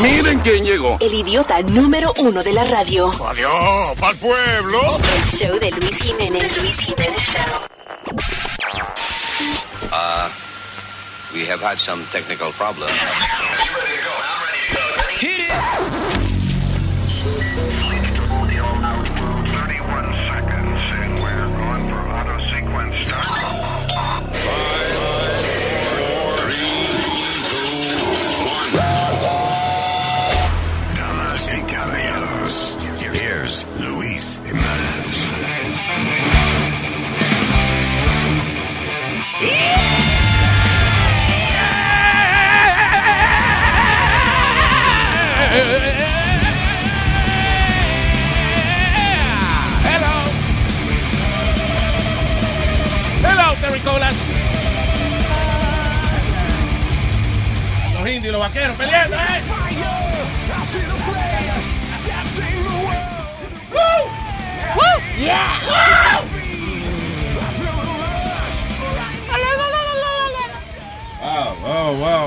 Miren quién llegó. El idiota número uno de la radio. Adiós, pa'l pueblo. El show de Luis Jiménez. Luis Jiménez Show. Uh, we have had some technical problems. Damas y caballeros, here's Luis Jiménez. Hello. Hello, Terry Colas. Los indios y los vaqueros peleando, ¿eh? Wow, wow, wow.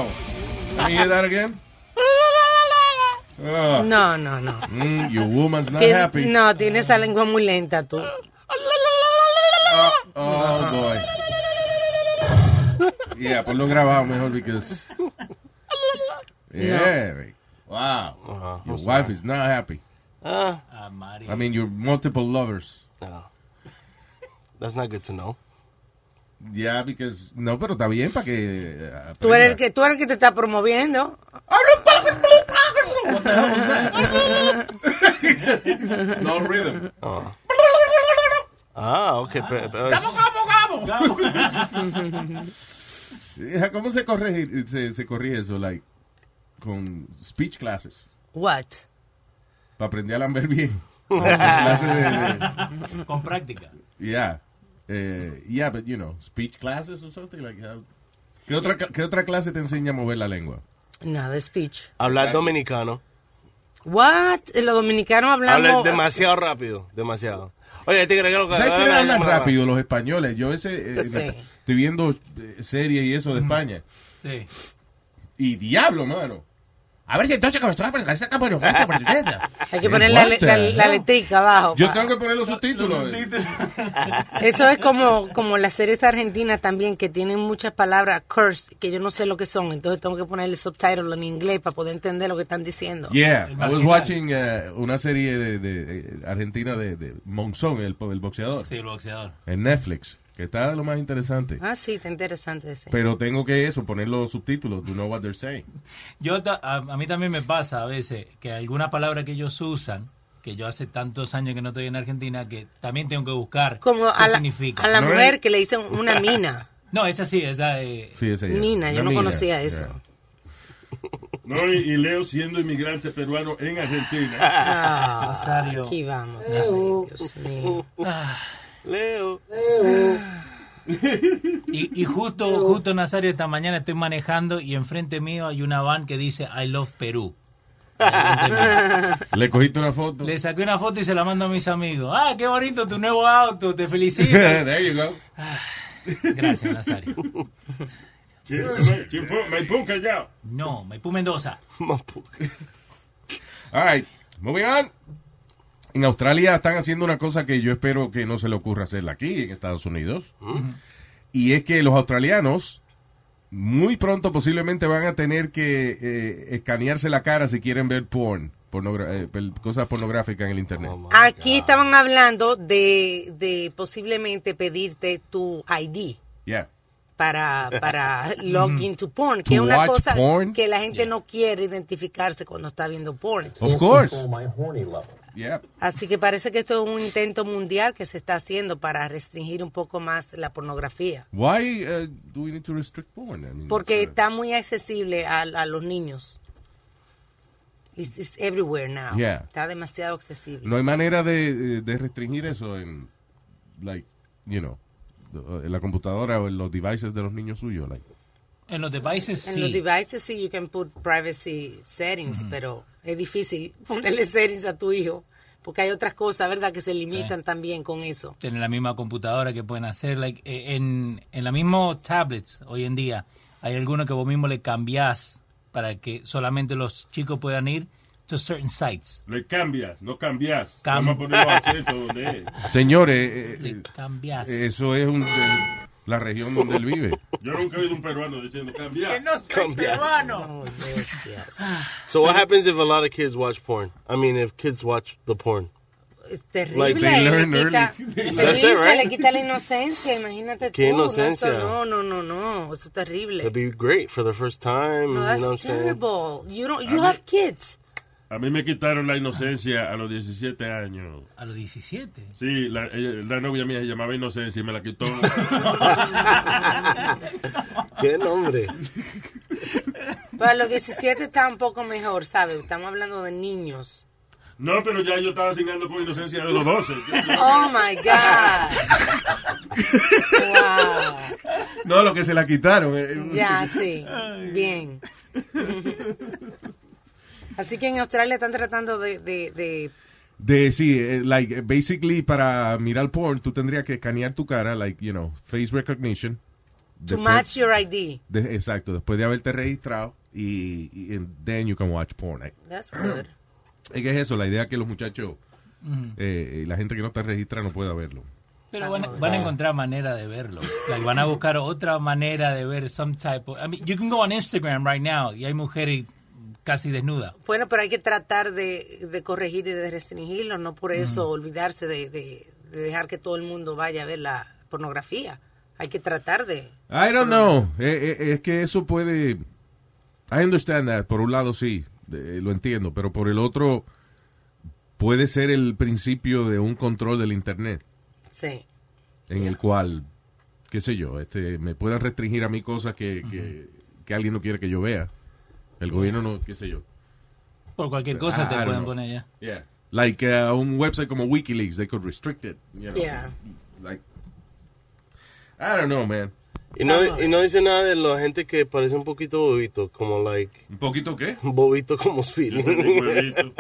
Can you hear that again? Ah, No, no, no. mm, your woman's not Tien- happy. No, tiene esa lengua muy lenta tú. Oh, boy. Yeah, ponlo grabado mejor because. Yeah. Wow. your wife is not happy. Ah, Mari. I mean, your multiple lovers. That's not good to know. Yeah, because. No, pero está bien para que. eh, Tú eres el aprenda. que, tú eres el que te está promoviendo. No rhythm. Ah, okay. pe- pe- Eh, ¿Cómo se corrige, se, se corrige eso? Like, con speech classes. What? Para aprender a lamber bien. Con clases de- de- Con práctica. Yeah. Eh, yeah, but you know, speech classes or something like that. ¿Qué otra, ¿Qué otra clase te enseña a mover la lengua? Nada, speech. hablar dominicano. What? Los dominicanos Hablar hablamos. demasiado rápido. Demasiado. Oye, este creo que... Ah, ¿Sabes quién hablan rápido? Los españoles. Yo ese, eh, Sí. estoy viendo eh, series y eso de España. Sí. Y diablo, mano. A ver si entonces con nosotros, pero esta cámara, pero esta, pero esta. Hay que poner la, la, la letrica abajo. Yo tengo que poner los subtítulos. Eso es como, como las series argentinas también, que tienen muchas palabras cursed, que yo no sé lo que son. Entonces tengo que ponerle subtítulos en inglés para poder entender lo que están diciendo. Yeah, El I was marginal. watching eh, una serie de, de, eh, argentina de, de Monzón, el, el boxeador, Sí, el boxeador. en Netflix, que está de lo más interesante. Ah, sí, está interesante ese. Pero tengo que eso, poner los subtítulos. Do know what they're saying. Yo, ta- a, a mí también me pasa a veces que alguna palabra que ellos usan, que yo hace tantos años que no estoy en Argentina, que también tengo que buscar Como qué a la, significa. a la ¿No es? mujer que le dicen una mina. No, esa sí, esa... eh, Sí, ese ya. Mina, yo La no conocía eso. No, y, Leo siendo inmigrante peruano en Argentina. Ah, Rosario. aquí vamos. Ay, Dios mío. ah, Leo. Y, y justo, justo Nazario, esta mañana estoy manejando y enfrente mío hay una van que dice I love Perú. Le cogiste una foto. Le saqué una foto y se la mando a mis amigos. Ah, qué bonito tu nuevo auto, te felicito. There you go. Gracias, Nazario. Maipú, callao. No, Maipú Mendoza. All right, moving on. En Australia están haciendo una cosa que yo espero que no se le ocurra hacerla aquí, en Estados Unidos. Y es que los australianos muy pronto posiblemente van a tener que eh, escanearse la cara si quieren ver porn, pornogra- eh, pel- cosas pornográficas en el internet. Aquí estaban hablando de, de posiblemente pedirte tu ID Yeah. para, para login to porn, que To es una watch cosa porn? que la gente no quiere identificarse cuando está viendo porn. Of course. Yeah. Así que parece que esto es un intento mundial que se está haciendo para restringir un poco más la pornografía. Why uh, do we need to restrict porn? I mean, Porque it's, uh, está muy accesible a, a los niños. It's, it's everywhere now. Yeah. Está demasiado accesible. No hay manera de, eh, de restringir eso en, like, you know, en la computadora o en los devices de los niños suyos. Like. En los devices en sí. los devices sí, you can put privacy settings, pero es difícil ponerle settings a tu hijo. Porque hay otras cosas, ¿verdad?, que se limitan también con eso. tener la misma computadora que pueden hacer. like, eh, en, en la misma tablets hoy en día, hay algunos que vos mismo le cambiás para que solamente los chicos puedan ir to certain sites. Le cambias, no cambias. Cam- Vamos a poner los acentos donde es. Señores, eh, Le cambias. eh, eso es un, de- la región donde él vive. Yo nunca he oído un peruano diciendo cambiar. no soy peruano. Oh, bestias. So what happens if a lot of kids watch porn? I mean, if kids watch the porn. Es Like, terrible. they learn le quita, early. sí, That's it, se le right? quita la inocencia, imagínate ¿Qué tú, no, inocencia? eso No, no, no, no, eso es terrible. It'd be great for the first time. you No, know what I'm that's saying? terrible. You don't, you have kids. A mí me quitaron la inocencia a los 17 años. A los 17. Sí, la, ella- la novia mía se llamaba Inocencia y me la quitó. Qué nombre. Pero a los 17 está un poco mejor, ¿sabes? Estamos hablando de niños. No, pero ya yo estaba asignando con Inocencia de los 12. Yo- yo- Oh my God. wow. No, lo que se la quitaron. eh. Ya, sí. Bien. Así que en Australia están tratando de. de, de- De sí, eh, like basically para mirar porn tú tendrías que escanear tu cara, like you know, face recognition. to Después- match your ID. de- exacto, después de haberte registrado y, y and then you can watch porn. eh. That's good. Es que es eso, la idea es que los muchachos, eh, y la gente que no está registrada no pueda verlo. Pero van, Ah, van a encontrar manera de verlo. Like, van a buscar otra manera de ver some type of... I mean, you can go on Instagram right now y hay mujeres casi desnudas. Bueno, pero hay que tratar de, de corregir y de restringirlo, no por eso olvidarse de, de- de dejar que todo el mundo vaya a ver la pornografía. Hay que tratar de... I don't know. Eh, eh, es que eso puede. I understand that. Por un lado, sí, de- lo entiendo. Pero por el otro, puede ser el principio de un control del Internet. Sí. En el cual, qué sé yo, este, me puedan restringir a mí cosas que, que, que alguien no quiere que yo vea. El gobierno no, qué sé yo. Por cualquier cosa Ah, I te don't pueden know. poner ya. Yeah. Like uh, un website como Wikileaks, they could restrict it. You know. Yeah. Like, I don't know, man. Y no, y no dice nada de la gente que parece un poquito bobito, como like, ¿Un poquito qué? bobito como Speedy. Huevito.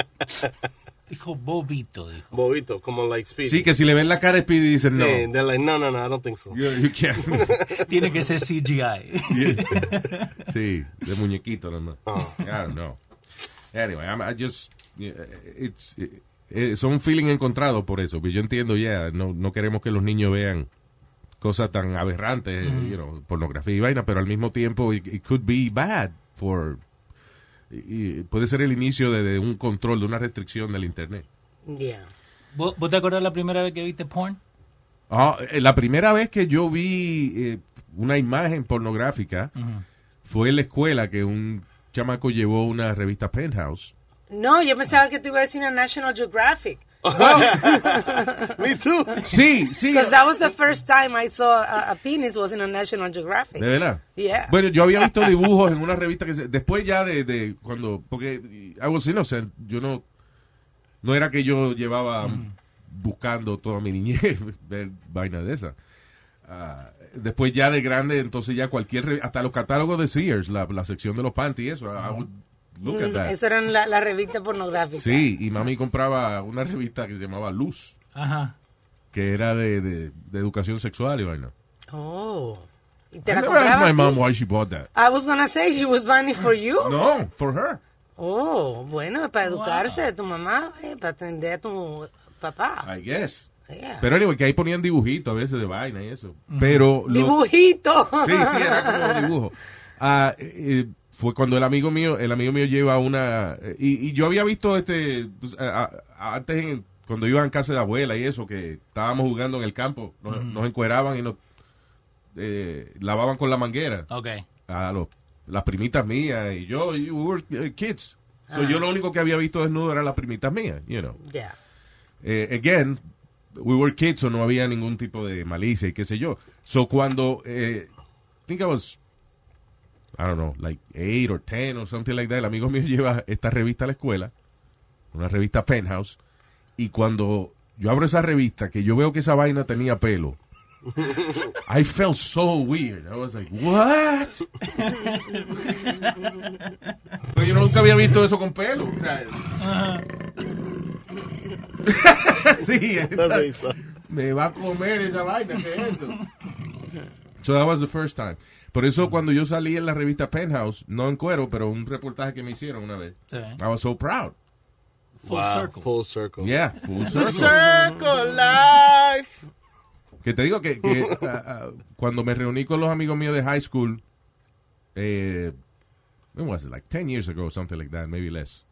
Dijo bobito, dijo. bobito, como like Speedy. Sí, que si le ven la cara a Speedy dicen Sí, no. they're like, no, no, no, I don't think so. You, you can't. Tiene que ser CGI. Sí, de muñequito nomás. Ah. I don't know. Anyway, I'm, I just, yeah, it's, eh, son feeling encontrados por eso. porque Yo entiendo ya, no, no queremos que los niños vean cosas tan aberrantes, eh, you know, pornografía y vaina, pero al mismo tiempo it, it could be bad for... y- y puede ser el inicio de, de un control, de una restricción del internet. Yeah. ¿Vos, vos te acordás la primera vez que viste porn? Ah, eh, la primera vez que yo vi eh, una imagen pornográfica fue en la escuela que un chamaco llevó una revista Penthouse. No, yo pensaba que tú ibas a decir a National Geographic. Me too. Sí, sí. Because that was the first time I saw a, a penis was in a National Geographic. ¿De verdad? Yeah. Bueno, yo había visto dibujos en una revista que se- después ya de, de cuando porque I was innocent, yo no no era que yo llevaba Mm. buscando toda mi niñez ver vaina de esa. Ah, después ya de grande, entonces ya cualquier re- hasta los catálogos de Sears, la, la sección de los panties y eso, I would look at that. Mm, Esa era la, la revista pornográfica. Sí, y mami compraba una revista que se llamaba Luz, Ajá. que era de, de- de educación sexual y vaina. Oh. Y I te la never asked compraba my mom aquí. why she bought that. I was gonna say she was buying it for you. No, for her. Oh, bueno, para educarse de tu mamá, eh, para atender a tu papá. I guess. Yeah. Pero anyway, que ahí ponían dibujitos a veces de vaina y eso. Pero. lo- Dibujito. Sí, sí, era como un dibujo. Ah, eh, eh, fue cuando el amigo mío, el amigo mío lleva una. eh, y, y yo había visto este. pues, a- a- antes, en- cuando iban a casa de abuela y eso, que estábamos jugando en el campo, nos, nos encueraban y nos. eh, lavaban con la manguera Ok. a los- las primitas mías y yo, y we were, eh, kids. So, yo lo único que había visto desnudo eran las primitas mías, you know. Yeah. Eh, again, we were kids, so no había ningún tipo de malicia y qué sé yo. So cuando, eh, I think I was, I don't know, like 8 or 10 or something like that, el amigo mío lleva esta revista a la escuela, una revista Penthouse, y cuando yo abro esa revista, que yo veo que esa vaina tenía pelo, I felt so weird. I was like, what? Pero yo nunca había visto eso con pelo. o sea, sí, That's what he said. me va a comer esa vaina, ¿qué es esto? So that was the first time. Por eso cuando yo salí en la revista Penthouse, no en cuero, pero un reportaje que me hicieron una vez, Sí. I was so proud. Full Wow, circle. Full circle. Yeah, full The circle. circle life. Que te digo que, que, ah, ah, cuando me reuní con los amigos míos de high school, eh, when was it? Like 10 years ago, something like that, maybe less.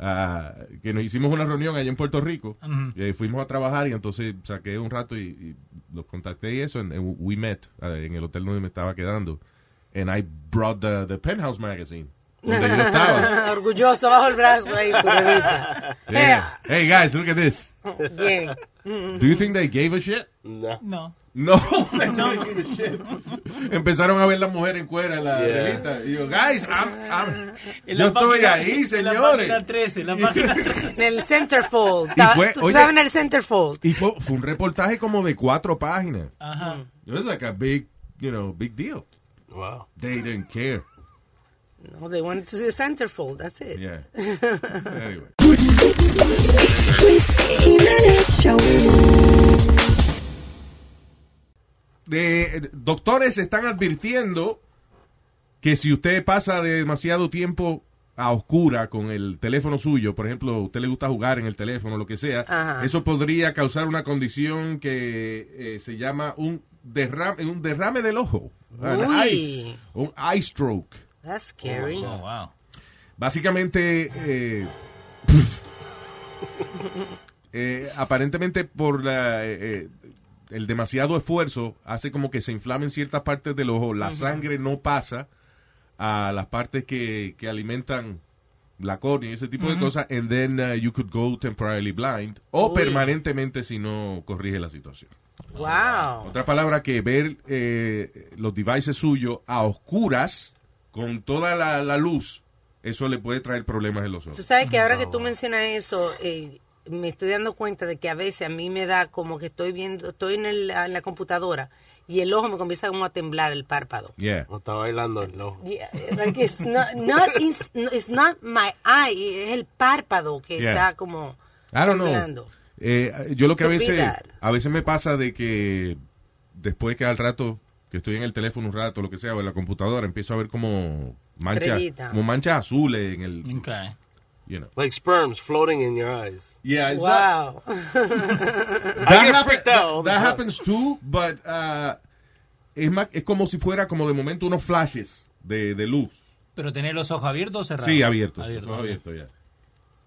Ah, que nos hicimos una reunión allá en Puerto Rico. Ujú. eh, fuimos a trabajar y entonces saqué un rato y, y los contacté y eso. And, and we met ah, en el hotel donde me estaba quedando. And I brought the, the Penthouse magazine. Donde yo estaba. Orgulloso, bajo el brazo ahí, tu revista. Yeah. Hey guys, look at this. Bien. Do you think they gave a shit? No. No. No, they didn't give a shit. Empezaron a ver la mujer en cuera en la Yeah. revista. Y yo, guys, I'm, I'm- En yo la estoy página- ahí, En la página señores. 13, en la página 13. En el centerfold. Y fue- ¿Tú oye- estabas en el centerfold? Y fue, fue un reportaje como de cuatro páginas. Ajá. It was like a big, you know, big deal. Wow. They didn't care. No, they wanted to see the centerfold, that's it. Yeah. Anyway. De- doctores están advirtiendo que si usted pasa demasiado tiempo a oscura con el teléfono suyo, por ejemplo, a usted le gusta jugar en el teléfono, lo que sea, Ajá. eso podría causar una condición que eh, se llama un derrame, un derrame del ojo, An Uy. eye- un eye stroke. That's scary. Oh, wow. Básicamente, eh, eh, aparentemente por la, eh, eh, el demasiado esfuerzo hace como que se inflamen ciertas partes del ojo, la sangre no pasa a las partes que, que alimentan la córnea y ese tipo de cosas, and then uh, you could go temporarily blind o Uy. permanentemente si no corrige la situación. Wow. Otra palabra que ver eh, los devices suyos a oscuras con toda la, la luz, eso le puede traer problemas en los Tú ojos. sabes que ahora que tú mencionas eso, eh, me estoy dando cuenta de que a veces a mí me da como que estoy viendo, estoy en, el- en la computadora y el ojo me comienza como a temblar el párpado. Yeah. No está bailando el ojo. Yeah, like it's not, not it's, it's not my eye, es el párpado que Yeah. está como I don't temblando. know. Eh, yo lo que a Could be veces, that. a veces me pasa de que después que al rato, que estoy en el teléfono un rato, lo que sea, o en la computadora, empiezo a ver como manchas, Estrellita. como manchas azules en el, Ok. you know. Like sperms floating in your eyes. Yeah, it's not- Wow. That, get happen- freaked out all the that time. happens too, but uh, es, más, es como si fuera como de momento unos flashes de, de luz. Pero tener los ojos abiertos o cerrados. Sí, abierto. Abiertos. Son ok. abiertos, ya.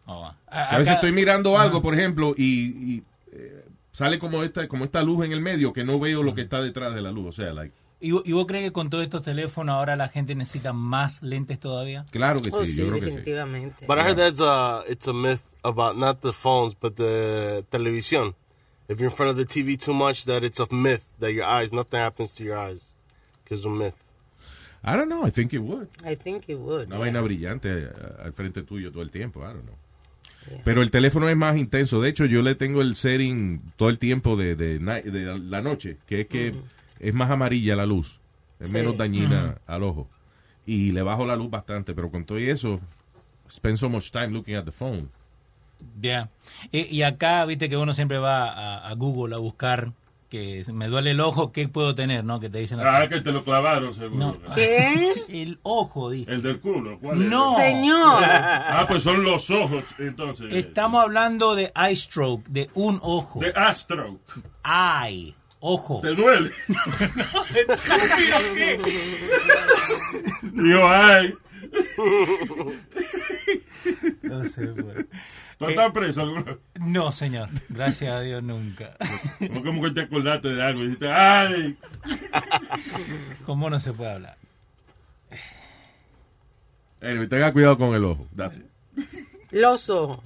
Oh, wow. A veces estoy mirando algo, por ejemplo, y, y, eh, sale como esta, como esta luz en el medio que no veo lo que está detrás de la luz. O sea, like, ¿Y, vo- ¿Y vos crees que con todos estos teléfonos ahora la gente necesita más lentes todavía? claro que sí, Oh, sí, yo creo que sí. definitivamente. But I heard that's a it's a myth about not the phones but the televisión. If you're in front of the TV too much, that it's a myth that your eyes nothing happens to your eyes. Que es un myth. I don't know, I think it would. I think it would. Una vaina brillante eh, al frente tuyo todo el tiempo, I don't know. Pero el teléfono es más intenso. De hecho, yo le tengo el setting todo el tiempo de, de ni- de la noche, que es que es más amarilla la luz, es Sí. menos dañina al ojo. Y le bajo la luz bastante, pero con todo y eso, spend so much time looking at the phone. Ya. Eh, Y, y acá, viste que uno siempre va a, a Google a buscar que me duele el ojo, ¿qué puedo tener? ¿No? Que te dicen acá. Ah, que te lo clavaron, seguro. ¿Qué? El ojo, dije. El del culo, ¿cuál es? No. Señor. Ah, pues son los ojos, entonces. Estamos hablando de eye stroke, de un ojo. De Astro. Eye. Ojo. ¿Te duele? Digo, ay. No, sé, güey. ¿No Eh. estás preso alguna vez? No, señor. Gracias a Dios nunca. ¿Cómo como que te acordaste de algo? Y dijiste, ay. ¿Cómo no se puede hablar? Anyway, tenga cuidado con el ojo. That's it. Los ojos.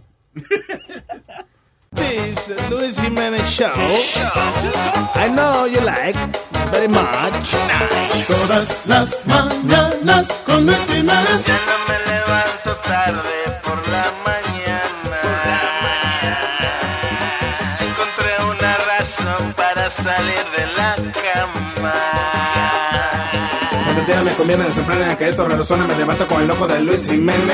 This Luis Jimenez show. I know you like very much. Todas las mañanas con Luis Jiménez. Cuando tienes me conviene desenfrenar que esto resuena, me levanto con el loco de Luis Jiménez.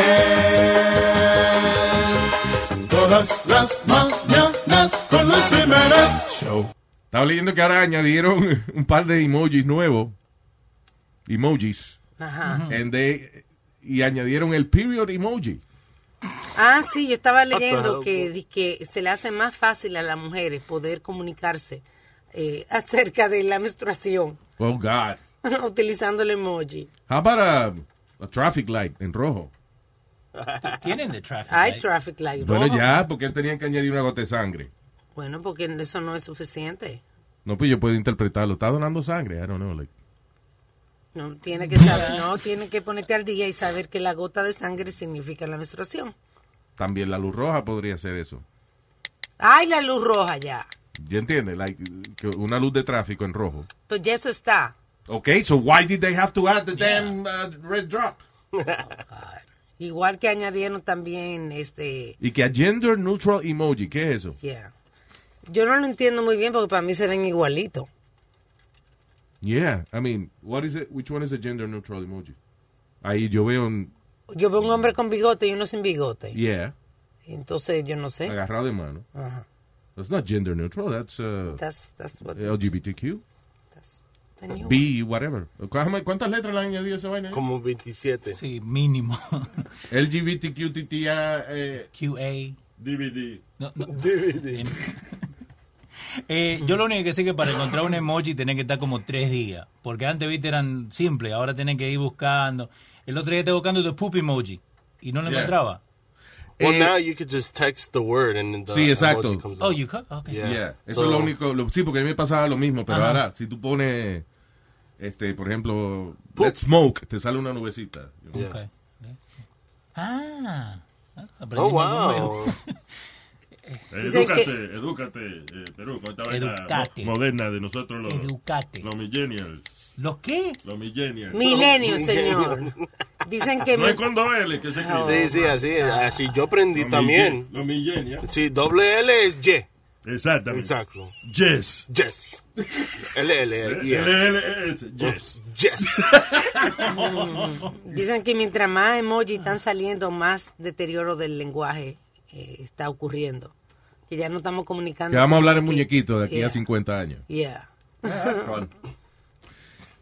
Todas las mañanas con Luis Jiménez. Show. Estaba leyendo que ahora añadieron un par de emojis nuevos emojis. Ajá. Mm. And they- y añadieron el period emoji. Ah, sí, yo estaba the leyendo hell? que, di- que se le hace más fácil a las mujeres poder comunicarse eh, acerca de la menstruación Oh, God. utilizando el emoji. How about Ah, a, a traffic light en rojo? Tienen de traffic. ¿eh? Hay light. traffic light. Bueno, rojo. ya, porque tenían que añadir una gota de sangre. Bueno, porque eso no es suficiente. No, pues yo puedo interpretarlo. Está donando sangre. I don't know. like- No tiene que saber, no tiene que ponerte al día y saber que la gota de sangre significa la menstruación. también la luz roja podría ser eso. Ay, la luz roja ya. ¿Ya entiendes? Like, que una luz de tráfico en rojo. Pues ya eso está. Okay, so why did they have to add the damn uh, red drop? Igual que añadieron también este Y que a gender neutral emoji, ¿qué es eso? Yeah. Yo no lo entiendo muy bien porque para mí se ven igualito. Yeah, I mean, what is it? Which one is a gender neutral emoji? Ahí yo veo un Yo veo un hombre con bigote y uno sin bigote. yeah, Entonces yo no sé. agarrado de mano. ¿Eh? Ajá. That's not gender neutral, that's uh, That's- that's what- LGBTQ. the new B whatever. ¿Cuántas cuántas letras le han añadido a esa vaina? Como 27. Sí, mínimo. LGBTQTTA eh, QA. DVD. No, no. DVD. Eh, yo lo único que sé que para encontrar un emoji tenés que estar como tres días. Porque antes, viste, eran simples. Ahora tenés que ir buscando. El otro día estaba buscando el poop emoji. Y no lo Yeah. encontraba. Well, Eh, now you could just text the word and then the Sí, exacto. emoji comes Oh, up. you could? Okay. Yeah. Yeah, Eso So- es lo único. lo- sí, porque a mí me pasaba lo mismo, pero Ajá. ahora, si tú pones, este, por ejemplo, let's smoke, te sale una nubecita. Ok. Ah. aprendimos Oh, algo wow. nuevo. Dicen edúcate, edúcate, eh, Perú, con esta vaina Educate. mo- moderna de nosotros los, Educate. los millennials. ¿Los qué? Los millennials. Millennials, señor. Dicen que No es mi- con dos L que se escribe. Sí, sí, así es. Así yo aprendí también. Los millennials. Sí, doble L es Y. Exactamente. Exacto. Yes. Yes. L, L, L, yes. E LLS, yes. Yes. dicen que mientras más emojis están saliendo, más deterioro del lenguaje eh, está ocurriendo. Que ya no estamos comunicando. Que vamos a hablar en como que- muñequito de aquí Yeah. a 50 años. Yeah.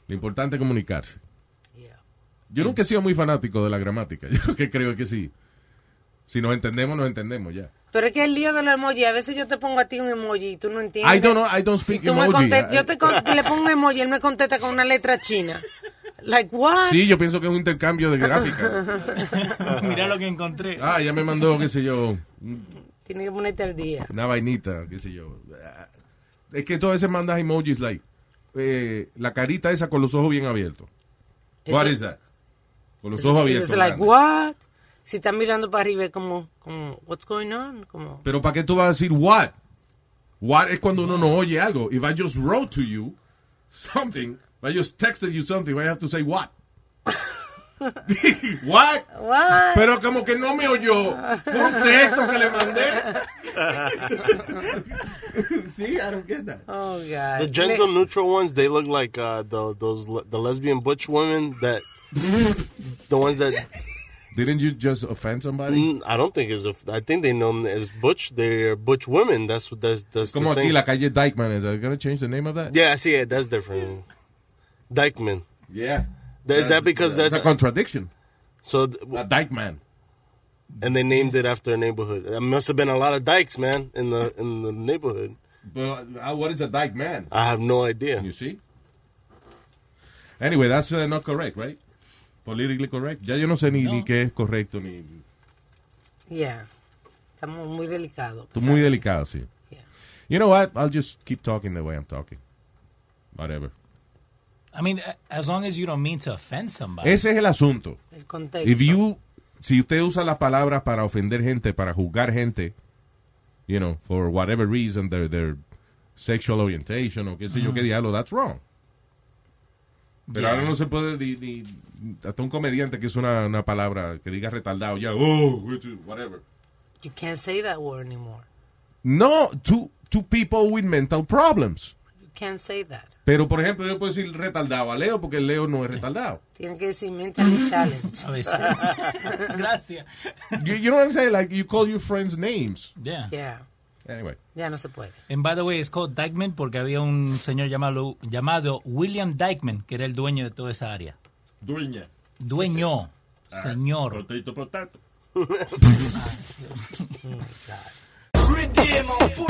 Lo importante es comunicarse. Yo nunca he sido muy fanático de la gramática. Yo lo que creo es que sí. Si nos entendemos, nos entendemos ya. Pero es que el lío de los emojis, a veces yo te pongo a ti un emoji y tú no entiendes. I don't know, I don't speak Tú me emoji. contestas- yo te con- le pongo un emoji, él me contesta con una letra china. Like, what? Sí, yo pienso que es un intercambio de gráficas. Mirá lo que encontré. Ah, ya me mandó, qué sé yo, un- Tiene que ponerte al día. una vainita, qué sé yo. Es que todas veces mandas emojis like eh, la carita esa con los ojos bien abiertos. What Eso- is that? Con los ojos abiertos. It's like, grandes. what? Si estás mirando para arriba, es como, como, what's going on? Como, Pero ¿para qué tú vas a decir what? What es cuando uno no oye algo. If I just wrote to you something, if I just texted you something, I have to say what? what? what? Pero como que no me oyó. Fue un texto que le mandé. sí, I don't get that. Oh, God. The gender neutral ones, they look like uh, the those le- the lesbian butch women that the ones that Didn't you just offend somebody? mm, I don't think is a, I think they know them as butch. They're butch women. That's what that's that's Como the aquí thing. la calle Dykeman is. Are you gonna change the name of that? yeah, I see it. That's different. Dykeman. Yeah. That- Is that because that's, that's a contradiction? so? th- A Dykeman. And they named it after a neighborhood. There must have been a lot of dykes, man, in the in the neighborhood. But uh, what is a Dykeman? I have no idea. You see? Anyway, that's uh, not correct, right? Politically correct. Ya yo no sé ni, ni qué es correcto ni. Yeah. Estamos muy delicados. Tú muy delicado, sí. Yeah. You know what? I'll just keep talking the way I'm talking. Whatever. I mean, as long as you don't mean to offend somebody. Ese es el asunto. El contexto. If you, si usted usa las palabras para ofender gente, para juzgar gente, you know, for whatever reason, their, their sexual orientation o qué sé yo qué diablo, that's wrong. Pero Yeah. ahora no se puede ni, ni- hasta un comediante que es una, una palabra que diga retardado, ya, oh, whatever. You can't say that word anymore. No, to, to people with mental problems. You can't say that. Pero, por ejemplo, yo puedo decir retardado a Leo porque Leo no es retardado. Tienen que decir mentally challenge. A veces. Gracias. You, you know what I'm saying? Like, you call your friends names. Yeah. Yeah. Anyway. Ya no se puede. And by the way, it's called Dykeman porque había un señor llamado, llamado William Dykeman, que era el dueño de toda esa área. Dueña. Dueño. Señor. Potato, potato.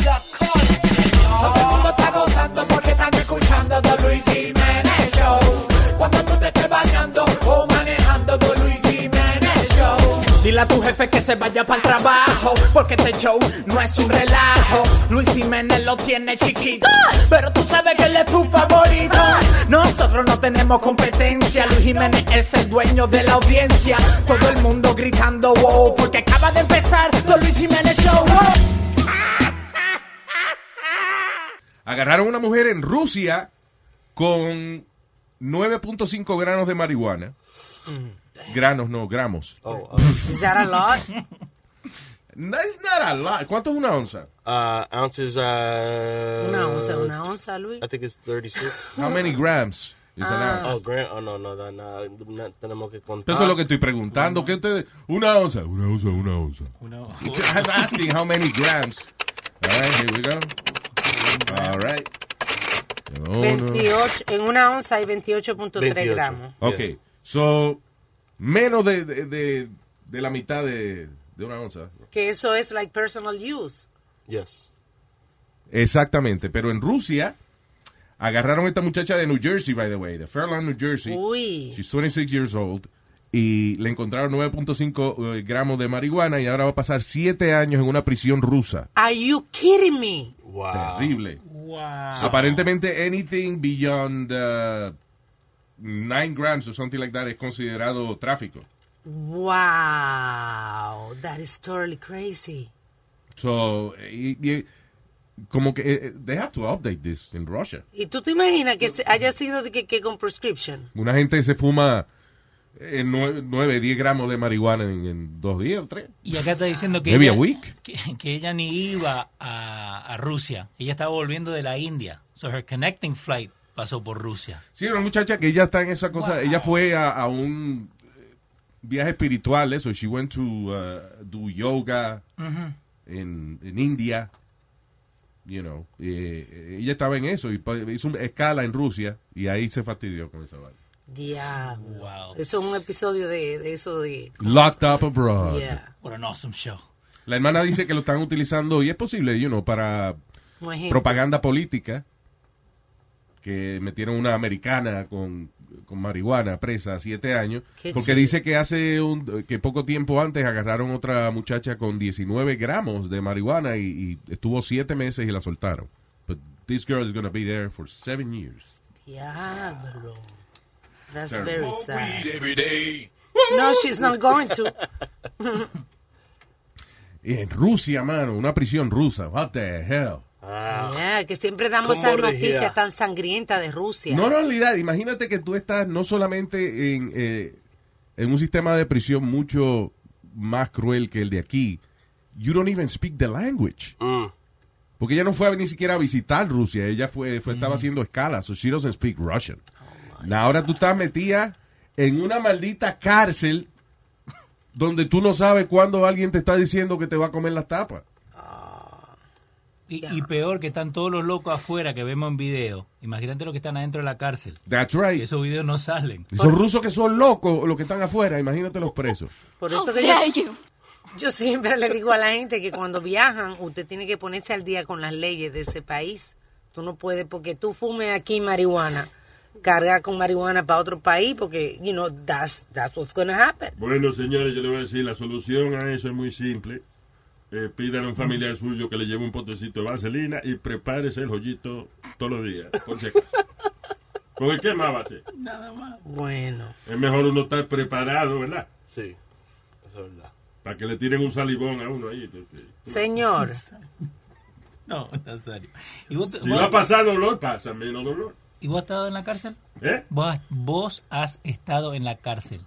Todo el mundo está gozando porque están escuchando The Luis Jiménez Show. Cuando tú te estés bañando o manejando The Luis Jiménez Show. Dile a tu jefe que se vaya para el trabajo, porque este show no es un relajo. Luis Jiménez lo tiene chiquito, pero tú sabes que él es tu favorito. Nosotros no tenemos competencia, Luis Jiménez es el dueño de la audiencia. Todo el mundo gritando wow, porque acaba de empezar The Luis Jiménez Show. wow. Agarraron una mujer en Rusia con 9.5 granos de marihuana. Granos, no, gramos. Is that a lot? That's not a lot. ¿Cuánto es una onza? Uh, ounces. Uh, Una onza, una onza, Luis. I think it's 36. How many grams is an Ah. ounce? Oh, grand. Oh, no, no, no, no. no tenemos que contar. Eso es lo que estoy preguntando. ¿Qué ustedes? Una onza, una onza, una onza. I'm asking how many grams. All right, here we go. All right. Oh, no. 28, en una onza hay 28.3 gramos. Ok, Oh, so menos de, de, de- de la mitad de, de una onza. Que eso es like personal use. Yes. Exactamente, pero en Rusia agarraron a esta muchacha de New Jersey, by the way, de Fairland, New Jersey. Uy. She's 26 years old y le encontraron 9.5 eh, gramos de marihuana y ahora va a pasar 7 años en una prisión rusa. Are you kidding me? Terrible. Wow. So, Aparentemente, anything beyond 9 grams or something like that es considerado tráfico. Wow. That is totally crazy. So, eh, y- y- como que eh, eh, they have to update this in Russia. ¿Y tú te imaginas que se- haya sido de que, que con prescription? Una gente se fuma eh, 9, 10 gramos de marihuana en, en dos días o tres. Y acá está diciendo que Maybe ella, a week. Que, que ella ni iba a, a Rusia. Ella estaba volviendo de la India. So her connecting flight pasó por Rusia. Sí, una muchacha que ella está en esa cosa. Ella fue a, a un eh, viaje espiritual, eso. She went to uh, do yoga Ujú. en, en India. You know, eh, ella estaba en eso y pa- hizo una escala en Rusia y ahí se fastidió con esa vaina. Diablo. Eso es un episodio de, de eso de... Locked up abroad. Yeah. What an awesome show. La hermana dice que lo están utilizando y es posible, you know, para Como ejemplo. propaganda política. Que metieron una americana con, con marihuana presa a siete años. Qué porque chido. dice que hace un, que poco tiempo antes agarraron otra muchacha con 19 gramos de marihuana y, y estuvo siete meses y la soltaron. But this girl is gonna be there for seven years. Diablo. That's Terrible. very Smoke sad. every day. No, she's not going to. Y en Rusia, mano, una prisión rusa. What the hell? Ah, Yeah, que siempre damos ¿Cómo esas regía? noticias tan sangrientas de Rusia. No, no, realidad, imagínate que tú estás no solamente en, eh, en un sistema de prisión mucho más cruel que el de aquí. You don't even speak the language. mm. Porque ella no fue a- ni siquiera a visitar Rusia. Ella fue, fue estaba haciendo escala. So she doesn't speak Russian. Ahora tú estás metida en una maldita cárcel donde tú no sabes cuándo alguien te está diciendo que te va a comer las tapas. Y, y peor que están todos los locos afuera que vemos en video. Imagínate los que están adentro de la cárcel. That's right. Esos videos no salen. Y son rusos que son locos los que están afuera. Imagínate los presos. Por eso que dare yo, yo siempre le digo a la gente que cuando viajan, usted tiene que ponerse al día con las leyes de ese país. Tú no puedes, porque tú fumes aquí marihuana, carga con marihuana para otro país, porque, you know, that's, that's what's gonna happen. Bueno, señores, yo le voy a decir, la solución a eso es muy simple. Eh, pídale a un familiar suyo que le lleve un potecito de vaselina y prepárese el joyito todos los días. Por si acaso. ¿Con el qué más va a ser? Nada más. Bueno. Es mejor uno estar preparado, ¿verdad? Sí, eso es verdad. Para que le tiren un salivón a uno ahí. entonces. Señor. No, Nazario. ¿Y vos, Si va a pasar dolor, pasa menos dolor. ¿Y vos has estado en la cárcel? ¿Eh? Vos, vos has estado en la cárcel.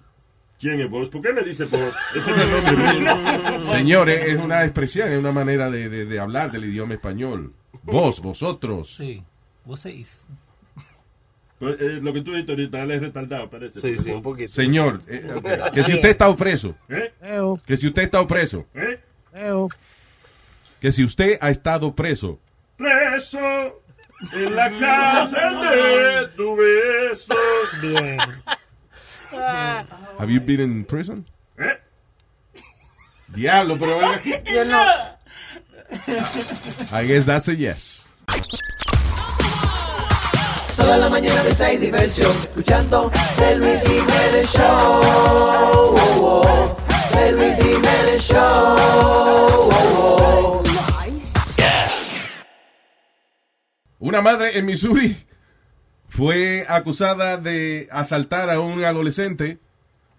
¿Quién es vos? ¿Por qué me dice vos? Ese es el nombre mío. Señores, es una expresión, es una manera de, de- de hablar del idioma español. Vos, vosotros. Sí. Vos seis. Pues, eh, lo que tú dijiste ahorita, él es retardado, parece. Sí, sí, un poquito. Señor, eh, ok, que si usted está preso, ¿Eh? que si usted está preso, ¿Eh? que si usted ha estado preso, Preso en la cárcel de tu beso. Bien. Have you been in prison? ¿Eh? Diablo, pero venga. Yo no. I guess that's a yes. Toda la mañana de hay diversión, escuchando el Luis Jiménez Show. Oh, oh, oh. El Luis Jiménez Show. Oh, oh, oh. Una madre en Missouri fue acusada de asaltar a un adolescente,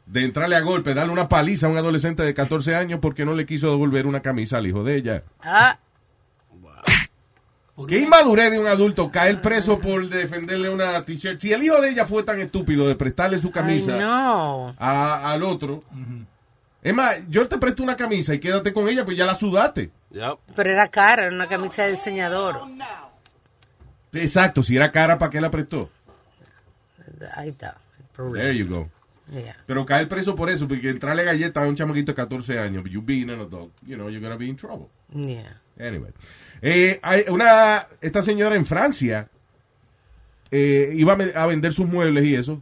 de entrarle a golpe, darle una paliza a un adolescente de 14 años porque no le quiso devolver una camisa al hijo de ella. Ah. ¿Qué inmadurez de un adulto caer preso por defenderle una t-shirt? Si el hijo de ella fue tan estúpido de prestarle su camisa Ay, no. a- al otro. Es más, yo te presto una camisa y quédate con ella, pues ya la sudaste. Pero era cara, era una camisa de diseñador. Exacto, si era cara, ¿para qué la prestó? Ahí está. el problema. There you go. Yeah. Pero caer preso por eso, porque entrarle galleta a un chamaquito de 14 años, you being an adult, you know, you're gonna be in trouble. Yeah. Anyway. Eh, hay una, esta señora en Francia eh, iba a me- a vender sus muebles y eso.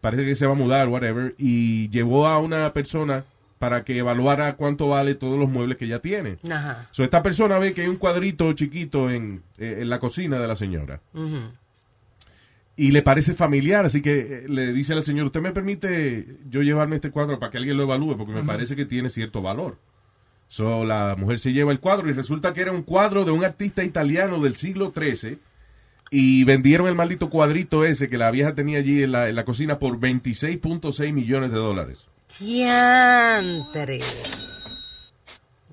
Parece que se va a mudar, whatever. Y llevó a una persona para que evaluara cuánto vale todos los muebles que ella tiene. Ajá. So, esta persona ve que hay un cuadrito chiquito en, eh, en la cocina de la señora. Ujú. Y le parece familiar, así que eh, le dice a la señora, ¿usted me permite yo llevarme este cuadro para que alguien lo evalúe? Porque me Ujú. parece que tiene cierto valor. So, la mujer se lleva el cuadro y resulta que era un cuadro de un artista italiano del siglo XIII y vendieron el maldito cuadrito ese que la vieja tenía allí en la, en la cocina por 26.6 millones de dólares. Diantre.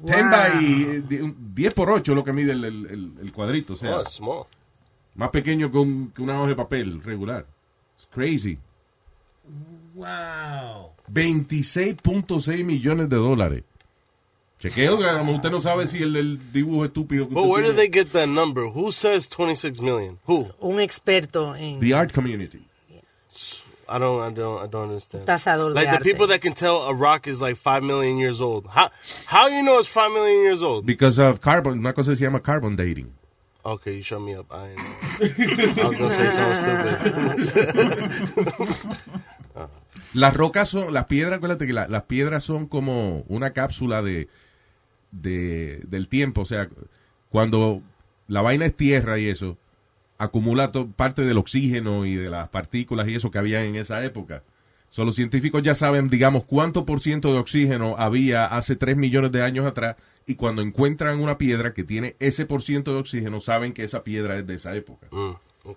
Ten by, eh, di- un- 10 por 8 lo que mide el, el- el- el cuadrito, o sea, Oh, it's small. más pequeño que, un- que una hoja de papel regular. It's crazy. Wow. 26.6 millones de dólares. Chequeo, que a lo mejor usted no sabe si el, el dibujo estúpido que But usted where did tiene- they get that number? Who says 26 million? Who? Un experto en. The art community. I don't, I don't, I don't understand. Tasador de like the arte. people that can tell a rock is like five million years old. How, how you know it's five million years old? Because of carbon, una cosa que se llama carbon dating. Okay, you shut me up. I, ain't know. I was gonna say something stupid. Uh, Las rocas son, las piedras, acuérdate que la- las piedras son como una cápsula de, de- del tiempo. O sea, cuando la vaina es tierra y eso, acumula to- parte del oxígeno y de las partículas y eso que había en esa época. So, los científicos ya saben, digamos, cuánto por ciento de oxígeno había hace 3 millones de años atrás. Y cuando encuentran una piedra que tiene ese por ciento de oxígeno, saben que esa piedra es de esa época. Mm, You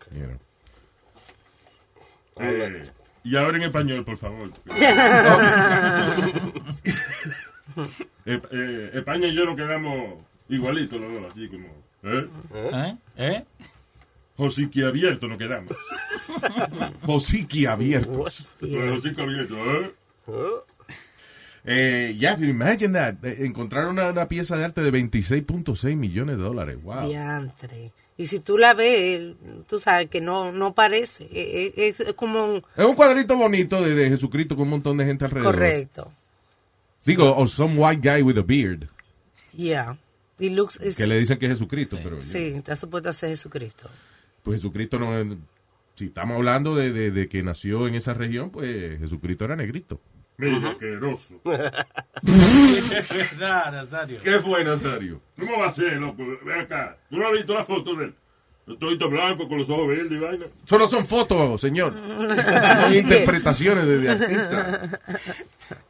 know. Eh, y ahora en español, por favor. Eh, eh, España y yo nos quedamos igualitos los dos, así como. ¿Eh? ¿Eh? ¿Eh? Josiqui abierto nos quedamos. Josiqui abiertos. Pero Josiqui abierto, ¿eh? Eh, yeah, imagine that. Eh, Encontraron una, una pieza de arte de 26.6 millones de dólares. Wow. Diantre. Y si tú la ves, tú sabes que no, no parece. Eh, eh, Es, como un. Es un cuadrito bonito de, de Jesucristo con un montón de gente alrededor. Correcto. Digo, o some white guy with a beard, Yeah. Y looks. is- que le dicen que es Jesucristo, pero Sí, está supuesto a ser Jesucristo. pues Jesucristo no es- Si estamos hablando de, de- de que nació en esa región, pues Jesucristo era negrito. Mira, asqueroso. Es verdad, Nazario. ¿Qué fue, Nazario? ¿Cómo va a ser, loco? Ven acá. ¿Tú no has visto la foto de él? Estoy blanco con los ojos verdes y vaina. Solo son fotos, señor. Son interpretaciones de, de artistas.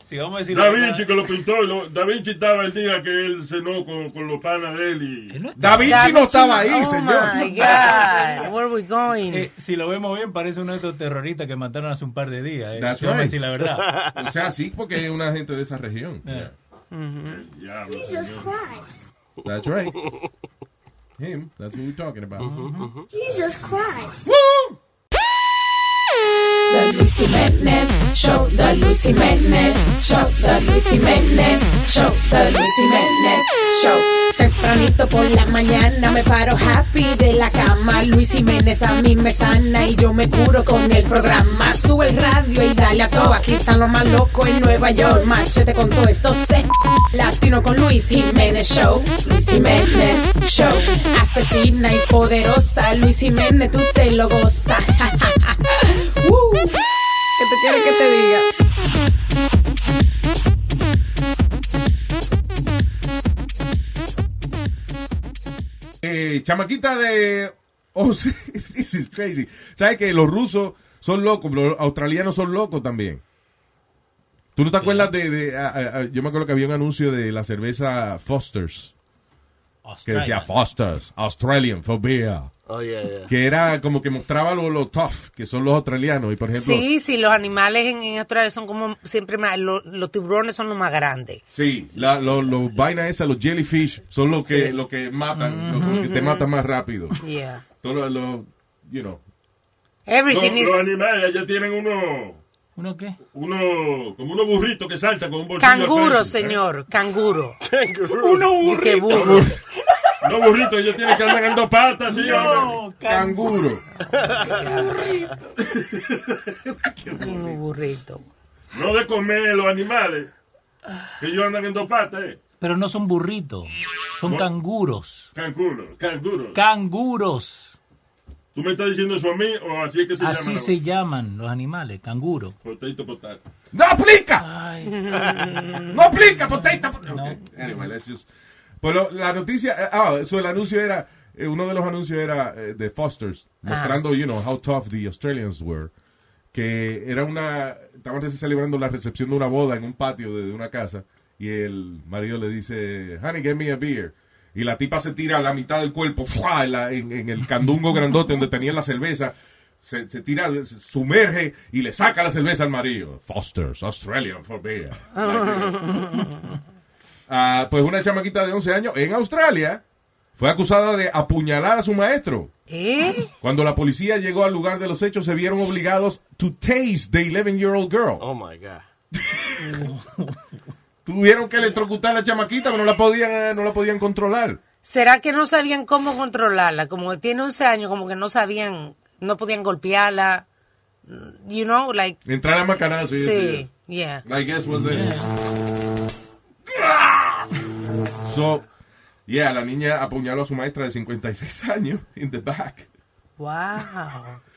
Si vamos a decir Da la verdad- Vinci que lo pintó. y lo- da Vinci estaba el día que él cenó con, con los panas de él. Y... Da Vinci no estaba ahí, Oh señor. my God. Where we going? Eh, si lo vemos bien, parece uno de estos terroristas que mataron hace un par de días. Eh. That's Si vamos a right. decir la verdad. O sea, sí, porque es una gente de esa región. Yeah. Mm-hmm. Diablo, Jesus señor. Christ. That's right. Him, that's what we're talking about. Jesus Christ. Woo! The Luis Jiménez Show, The Luis Jiménez Show, The Luis Jiménez Show, The Luis Jiménez Show. Tempranito por la mañana me paro happy de la cama. Luis Jiménez a mí me sana y yo me curo con el programa. Sube el radio y dale a todo. Aquí están los más locos en Nueva York. Márchate con todo esto. Se latino con Luis Jiménez Show. Luis Jiménez Show. Asesina y poderosa. Luis Jiménez, tú te lo gozas. Woo. ¿Qué te quieres que te diga? Eh, chamaquita de 11. This is crazy. ¿Sabes que los rusos son locos? Los australianos son locos también. ¿Tú no te acuerdas de... de- a- a- a- yo me acuerdo que había un anuncio de la cerveza Foster's. Que decía Foster's, Australian for beer. Oh, yeah, yeah. Que era como que mostraba lo, lo tough que son los australianos. Y por ejemplo... Sí, sí, los animales en, en Australia son como siempre más, lo- los tiburones son los más grandes. Sí, la- lo- los vainas esas, los jellyfish, son los que, Sí. los que matan, los Ujú. que te matan más rápido. Yeah. Todos los, los, you know. los, Uh. los animales allá tienen uno. ¿Uno qué? Uno, como unos burritos que saltan con un bolsillo. al Eh, Canguro, frente. señor, canguro. Canguro. Uno burrito. Qué burro. No, burrito, ellos tienen que andar en dos patas, señor. No, canguro. Un burrito. No de comer los animales. Que ellos andan en dos patas, eh. Pero no son burritos, son No. canguros. Canguros, canguros. Canguros. ¿Tú me estás diciendo eso a mí o así es que se Así llama? se llaman los animales, canguro. Potato, potato. ¡No aplica! ¡No aplica, potato! Anyway, let's just- Pues lo- la noticia, eh, ah, eso el anuncio era, eh, uno de los anuncios era eh, de Foster's, mostrando, you know, how tough the Australians were. Que era una, estaban recién celebrando la recepción de una boda en un patio de, de una casa. Y el marido le dice, honey, get me a beer. Y la tipa se tira a la mitad del cuerpo, ¡fua! en, la- en- en el candungo grandote donde tenía la cerveza. Se, se tira, se sumerge y le saca la cerveza al marido. Foster's, Australian for beer. Ah, pues una chamaquita de 11 años en Australia fue acusada de apuñalar a su maestro. ¿Eh? Cuando la policía llegó al lugar de los hechos, se vieron obligados to tase the 11-year-old girl. Oh my God. Tuvieron que electrocutar a la chamaquita, pero no la podían, eh, no la podían controlar. ¿Será que no sabían cómo controlarla? Como que tiene 11 años, como que no sabían, no podían golpearla. You know, like, Entrar a macanazo y sí, eso. yeah. I guess was it. So, yeah, la niña apuñaló a su maestra de 56 años in the back. Wow.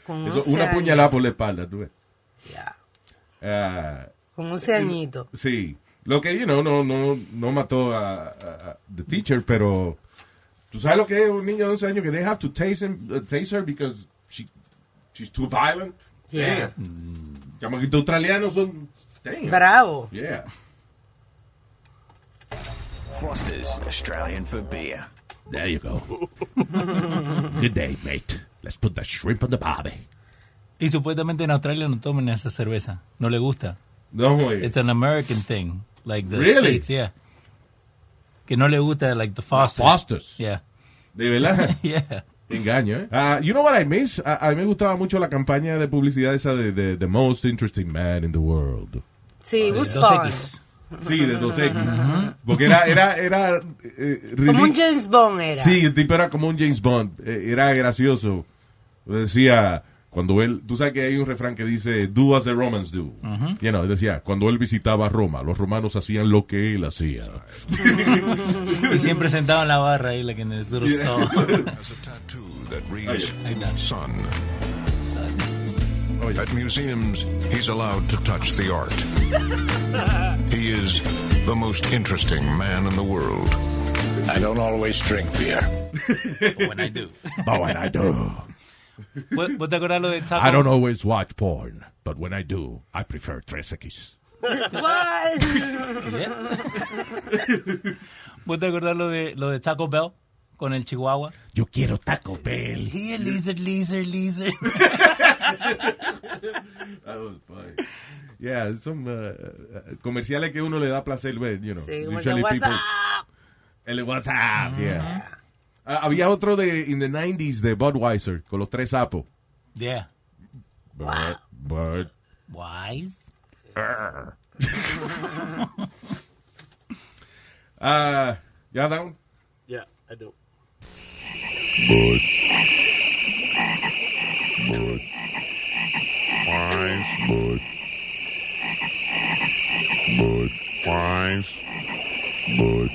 Con Eso, 11 una años. puñalada por la espalda, tú ves. Yeah. Ah, Con 11 añitos. Sí. Lo que, you know, no, no, no mató a, a- a the teacher, pero tú sabes lo que es un niño de 11 años que they have to tase, him, uh, tase her because she, she's too violent. Yeah. Damn. Chamaquitos australianos son... Damn. Bravo. Yeah. Foster's Australian for beer. There you go. Good day, mate. Let's put the shrimp on the barbie. Y supuestamente en Australia no toman esa cerveza, no le gusta. No, It's an American thing, like the Really? States, yeah. Que no le gusta, like the Foster's. Foster's. Yeah. De verdad. yeah. Engaño, ¿eh? Ah, you know what I miss? A, a mí me gustaba mucho la campaña de publicidad esa de, de The Most Interesting Man in the World. Sí, De buscón. 2X. Sí, de 2X. Porque era, era, era eh, Como un ridículo. James Bond era. Sí, el tipo era como un James Bond. Eh, Era gracioso. Decía, cuando él. Tú sabes que hay un refrán que dice: Do as the Romans do. Ujú. You know, decía, cuando él visitaba Roma, los romanos hacían lo que él hacía. Y siempre sentado en la barra ahí, like in this little Yeah. stall. There's a tattoo that reads Sun. At museums, he's allowed to touch the art. He is the most interesting man in the world. I don't always drink beer. But when I do. But when I do, ¿Vos vos te acordás lo de Taco? I don't always watch porn. But when I do, I prefer 3X. What? ¿Vos te acordás lo de, lo de Taco Bell con el Chihuahua? Yo quiero Taco Bell. Here, lizard, lizard, lizard. That was funny. Pues, Yeah, son uh, uh, comerciales que uno le da placer ver, you know. Sí, como el de Usually people- WhatsApp. El de WhatsApp, yeah. Ah, había otro de in the 90s de Budweiser con los tres sapos. Yeah. Bud, Bud. Wise. Ah, ya down. Yeah, I do. Bud. Bud. Wise. Bud.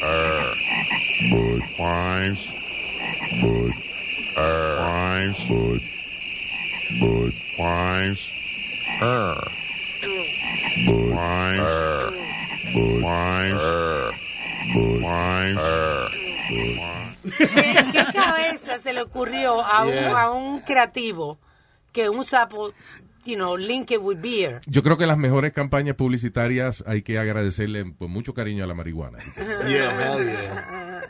Er. Bud. Wise. Bud. Er. Wise. Bud. Bud. Wise. Err. Bud Wines. Err. Bud Wines. Err. Bud Wines. Err. Bud Wines. ¿En qué cabeza se le ocurrió a un, Yeah. a un creativo que un sapo, you know, link it with beer? Yo creo que las mejores campañas publicitarias hay que agradecerle con mucho cariño a la marihuana. Yeah, hell yeah.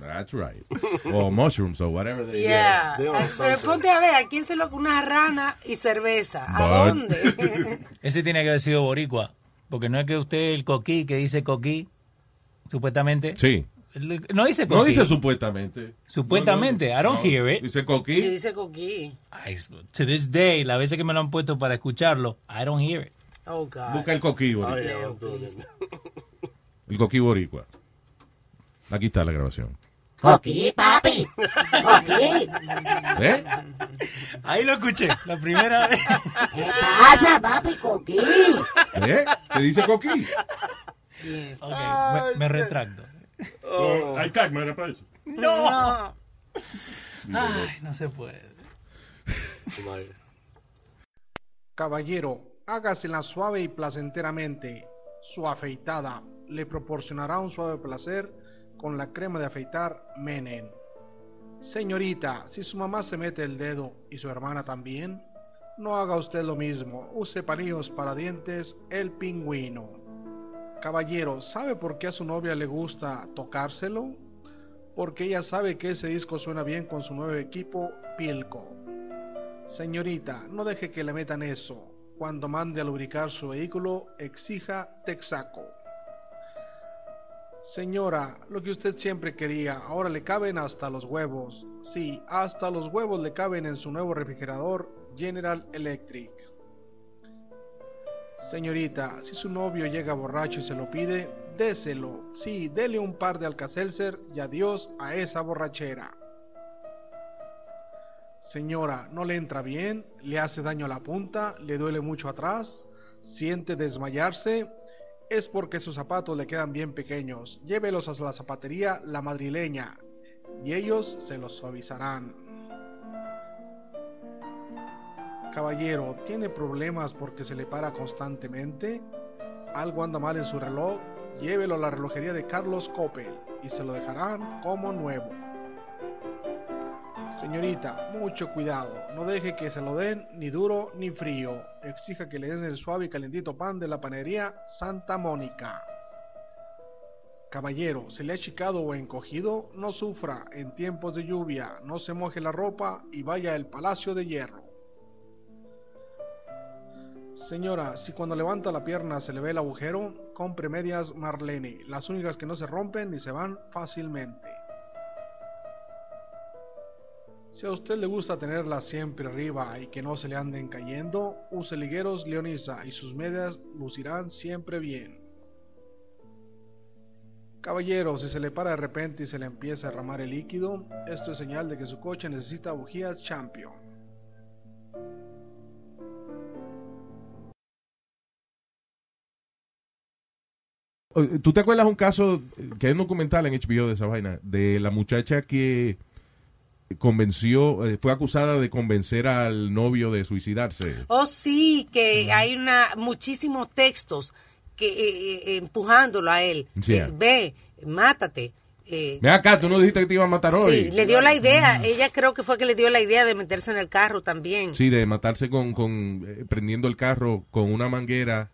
That's right. O mushrooms o whatever. they- Yeah. they Ay, Pero ponte a ver, ¿a quién se lo una rana y cerveza? ¿A But- dónde? Ese tiene que haber sido boricua, porque no es que usted el coquí que dice coquí, supuestamente. Sí. Él- No dice coquí. No dice supuestamente. Supuestamente, I don't hear it. Dice Y coquí. dice coquí. To this day, las veces que me lo han puesto para escucharlo, I don't hear it. Oh, God. Busca el coquí, boricua. Oh, yeah, I'm doing it. El coquí boricua. Aquí está la grabación. Coquí, papi. Coquí. ¿Eh? Ahí lo escuché, la primera vez. ¿Qué pasa, papi, coquí? ¿Eh? ¿Te dice coquí? Me, me retracto. Oh, Hay cámara para eso. No. No. Ay, no se puede. Caballero, hágasela suave y placenteramente. Su afeitada le proporcionará un suave placer con la crema de afeitar Menen. Señorita, si su mamá se mete el dedo y su hermana también, no haga usted lo mismo. Use palillos para dientes el pingüino. Caballero, ¿sabe por qué a su novia le gusta tocárselo? Porque ella sabe que ese disco suena bien con su nuevo equipo, Pilco. Señorita, no deje que le metan eso. Cuando mande a lubricar su vehículo, exija Texaco. Señora, lo que usted siempre quería, ahora le caben hasta los huevos. Sí, hasta los huevos le caben en su nuevo refrigerador General Electric. Señorita, si su novio llega borracho y se lo pide, déselo. Sí, dele un par de Alcacelser y adiós a esa borrachera. Señora, no le entra bien, le hace daño a la punta, le duele mucho atrás, siente desmayarse, es porque sus zapatos le quedan bien pequeños. Llévelos a la zapatería La Madrileña y ellos se los suavizarán. Caballero, ¿tiene problemas porque se le para constantemente? ¿Algo anda mal en su reloj? Llévelo a la relojería de Carlos Coppel y se lo dejarán como nuevo. Señorita, mucho cuidado. No deje que se lo den ni duro ni frío. Exija que le den el suave y calentito pan de la panadería Santa Mónica. Caballero, se le ha achicado o encogido, no sufra en tiempos de lluvia, no se moje la ropa y vaya al Palacio de Hierro. Señora, si cuando levanta la pierna se le ve el agujero, compre medias Marlene, las únicas que no se rompen ni se van fácilmente. Si a usted le gusta tenerla siempre arriba y que no se le anden cayendo, use ligueros Leonisa y sus medias lucirán siempre bien. Caballero, si se le para de repente y se le empieza a derramar el líquido, esto es señal de que su coche necesita bujías Champion. ¿Tú te acuerdas un caso eh, que hay un documental en HBO de esa vaina? De la muchacha que convenció, eh, fue acusada de convencer al novio de suicidarse. Oh, sí, que hay una muchísimos textos que eh, eh, empujándolo a él. Yeah. Eh, ve, mátate. eh, Ven acá, tú no dijiste que te iba a matar hoy. sí, le dio la idea. Ella creo que fue que le dio la idea de meterse en el carro también. Sí, de matarse con, con eh, prendiendo el carro con una manguera,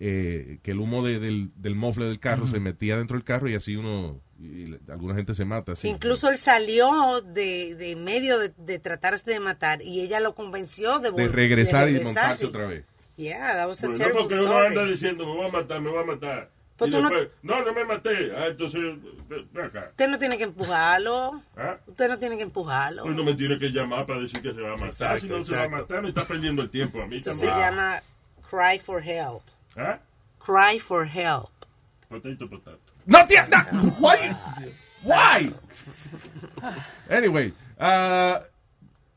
eh, que el humo de- del, del mofle del carro se metía dentro del carro y así uno, y le- alguna gente se mata. Así. Incluso él salió de, de medio de, de tratarse de matar y ella lo convenció de, De vol- regresar y regresar. montarse otra vez. Yeah, that was a Bueno, terrible porque uno story. anda diciendo, me voy a matar, me voy a matar. Pues y tú no- después, no... no, me maté. Ah, entonces, ve- ve acá. Usted no tiene que empujarlo. ¿Ah? Usted no tiene que empujarlo. Pues no me tiene que llamar para decir que se va a matar. Ah, Exacto, si no se exacto. va a matar, me está perdiendo el tiempo a mí Eso se también. llama cry for help. ¿Ah? Cry for help. Potato, potato. No tiene. No, why? Why? Anyway, ah,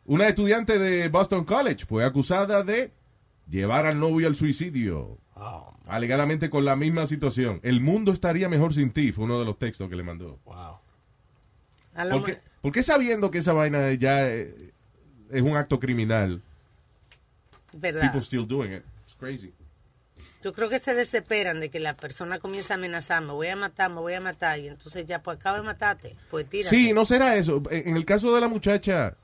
una estudiante de Boston College fue acusada de llevar al novio al suicidio. Alegadamente con la misma situación. El mundo estaría mejor sin ti, fue uno de los textos que le mandó. A lo ¿Por qué, por qué sabiendo que esa vaina ya eh, es un acto criminal? me- ¿Verdad? People still doing it. It's crazy. Yo creo que se desesperan de que la persona comienza a amenazar, me voy a matar, me voy a matar, y entonces ya, pues acaba de matarte, pues tírate. Sí, no será eso. En el caso de la muchacha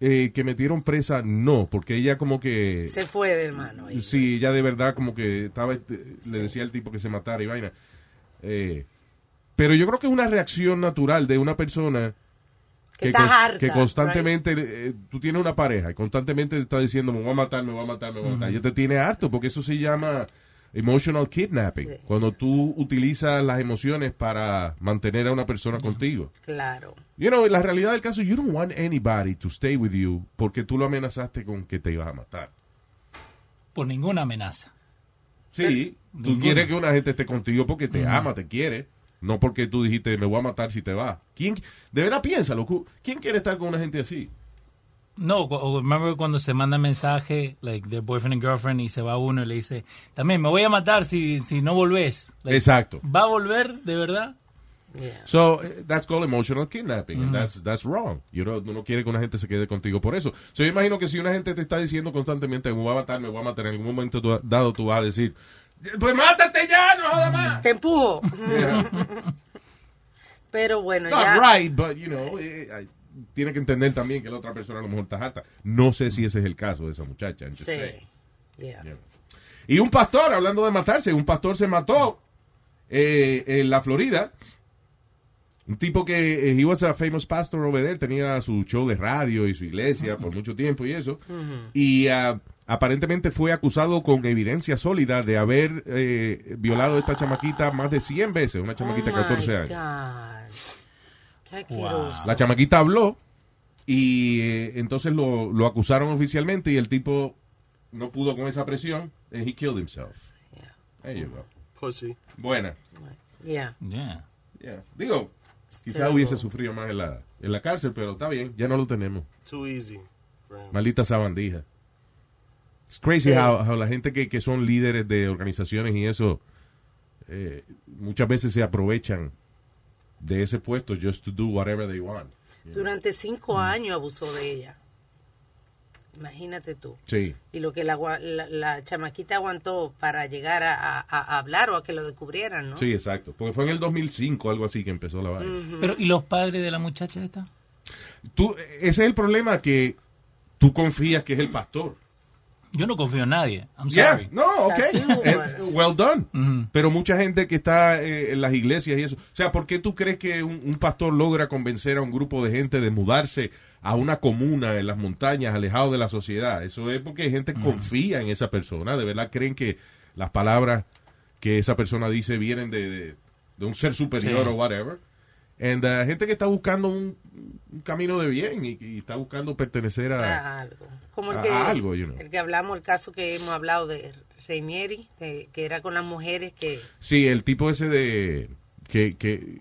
eh, que metieron presa, no, porque ella como que... Se fue del mano. ahí. Sí, ella de verdad como que estaba, este, le decía al tipo que se matara y vaina. Eh, pero yo creo que es una reacción natural de una persona Que está harta, que constantemente, eh, tú tienes una pareja y constantemente te está diciendo, me voy a matar, me voy a matar, me voy a matar. Ujú. Y te tiene harto, porque eso se llama emotional kidnapping, cuando tú utilizas las emociones para mantener a una persona contigo. Claro. You know, la realidad del caso, you don't want anybody to stay with you porque tú lo amenazaste con que te ibas a matar. Por ninguna amenaza. Sí, tú Ninguna. quieres que una gente esté contigo porque te Ujú. ama, te quiere. No porque tú dijiste, me voy a matar si te vas. ¿Quién, de verdad piénsalo, cu- ¿quién quiere estar con una gente así? No, cu- o remember cuando se manda mensaje, like, de boyfriend and girlfriend, y se va uno y le dice, también me voy a matar si, si no volvés. Like, Exacto. ¿Va a volver, de verdad? So, eh, that's called emotional kidnapping, and Ujú. that's, that's wrong. You know, uno quiere que una gente se quede contigo por eso. So, yo imagino que si una gente te está diciendo constantemente, me voy a matar, me voy a matar, en algún momento tú- dado tú vas a decir, Pues mátate ya, no jodas más. Te empujo. Pero bueno, not ya. right, but, you know, eh, eh, tiene que entender también que la otra persona a lo mejor está harta. No sé si ese es el caso de esa muchacha. I'm just saying. Sí. Yeah. Y un pastor, hablando de matarse, un pastor se mató eh, en la Florida. Un tipo que, eh, he was a famous pastor over there, tenía su show de radio y su iglesia por mucho tiempo y eso. Y ah, aparentemente fue acusado con evidencia sólida de haber eh, violado a esta chamaquita más de 100 veces, una chamaquita Oh de 14 años. Qué asqueroso. La chamaquita habló y eh, entonces lo, lo acusaron oficialmente y el tipo no pudo con esa presión. and he killed himself. There you go. Pussy. Buena. Yeah. Yeah. Digo, quizá terrible. hubiese sufrido más en la, en la cárcel, pero está bien, ya no lo tenemos. Too easy. for him. Maldita sabandija. It's crazy Sí. how, how la gente que, que son líderes de organizaciones y eso eh, muchas veces se aprovechan de ese puesto just to do whatever they want. Durante cinco Mm. años abusó de ella. Imagínate tú. Sí. Y lo que la, agua- la, la chamaquita aguantó para llegar a, a- a hablar o a que lo descubrieran, ¿no? Sí, exacto. Porque fue en el 2005, algo así, que empezó la vaina. Ujú. Pero, ¿y los padres de la muchacha esta? Tú, ese es el problema que tú confías que es el pastor. Yo no confío en nadie. I'm Yeah, sorry. Mm-hmm. no, ok. Eh, well done. Pero mucha gente que está eh, en las iglesias y eso. O sea, ¿por qué tú crees que un, un pastor logra convencer a un grupo de gente de mudarse a una comuna en las montañas, alejado de la sociedad? Eso es porque gente Mm-hmm. confía en esa persona. De verdad creen que las palabras que esa persona dice vienen de, de- de un ser superior Sí. o whatever. And, uh, gente que está buscando un, un camino de bien y, y está buscando pertenecer a, A algo. Como el a- que, a algo, you know. el que hablamos, el caso que hemos hablado de Reinieri, de- que era con las mujeres que... Sí, el tipo ese de que, que,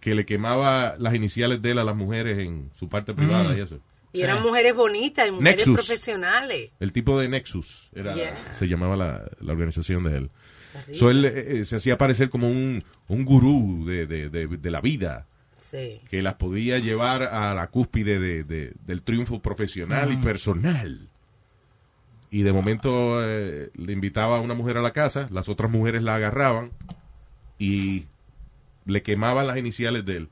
que le quemaba las iniciales de él a las mujeres en su parte privada y eso. Y eran mujeres bonitas y mujeres Nexus. profesionales. El tipo de Nexus era, Yeah. se llamaba la, la organización de él. Terrible. So él eh, eh, se hacía parecer como un, un gurú de, de- de- de la vida, Sí. que las podía llevar a la cúspide de- de- del triunfo profesional y Mm. personal. Y de momento eh, le invitaba a una mujer a la casa, las otras mujeres la agarraban y le quemaban las iniciales de él.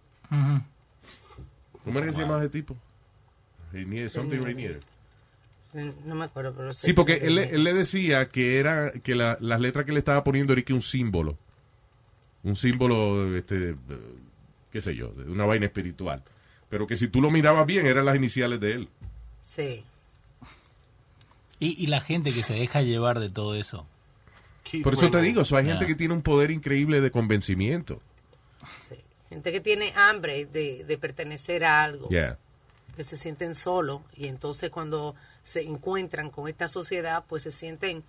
¿Cómo era que se llamaba ese tipo? Rainier, something Rainier. Mm, No me acuerdo, pero sé Sí, que porque era él, le- Reinieri. él le decía que era que la- las letras que le estaba poniendo era que un símbolo. Un símbolo, este, eh, qué sé yo, de una vaina espiritual. Pero que si tú lo mirabas bien, eran las iniciales de él. Sí. Y, y la gente que se deja llevar de todo eso. Por eso te digo, so, hay gente Yeah. que tiene un poder increíble de convencimiento. Gente que tiene hambre de, de pertenecer a algo. Yeah. que se sienten solos y entonces cuando se encuentran con esta sociedad, pues se sienten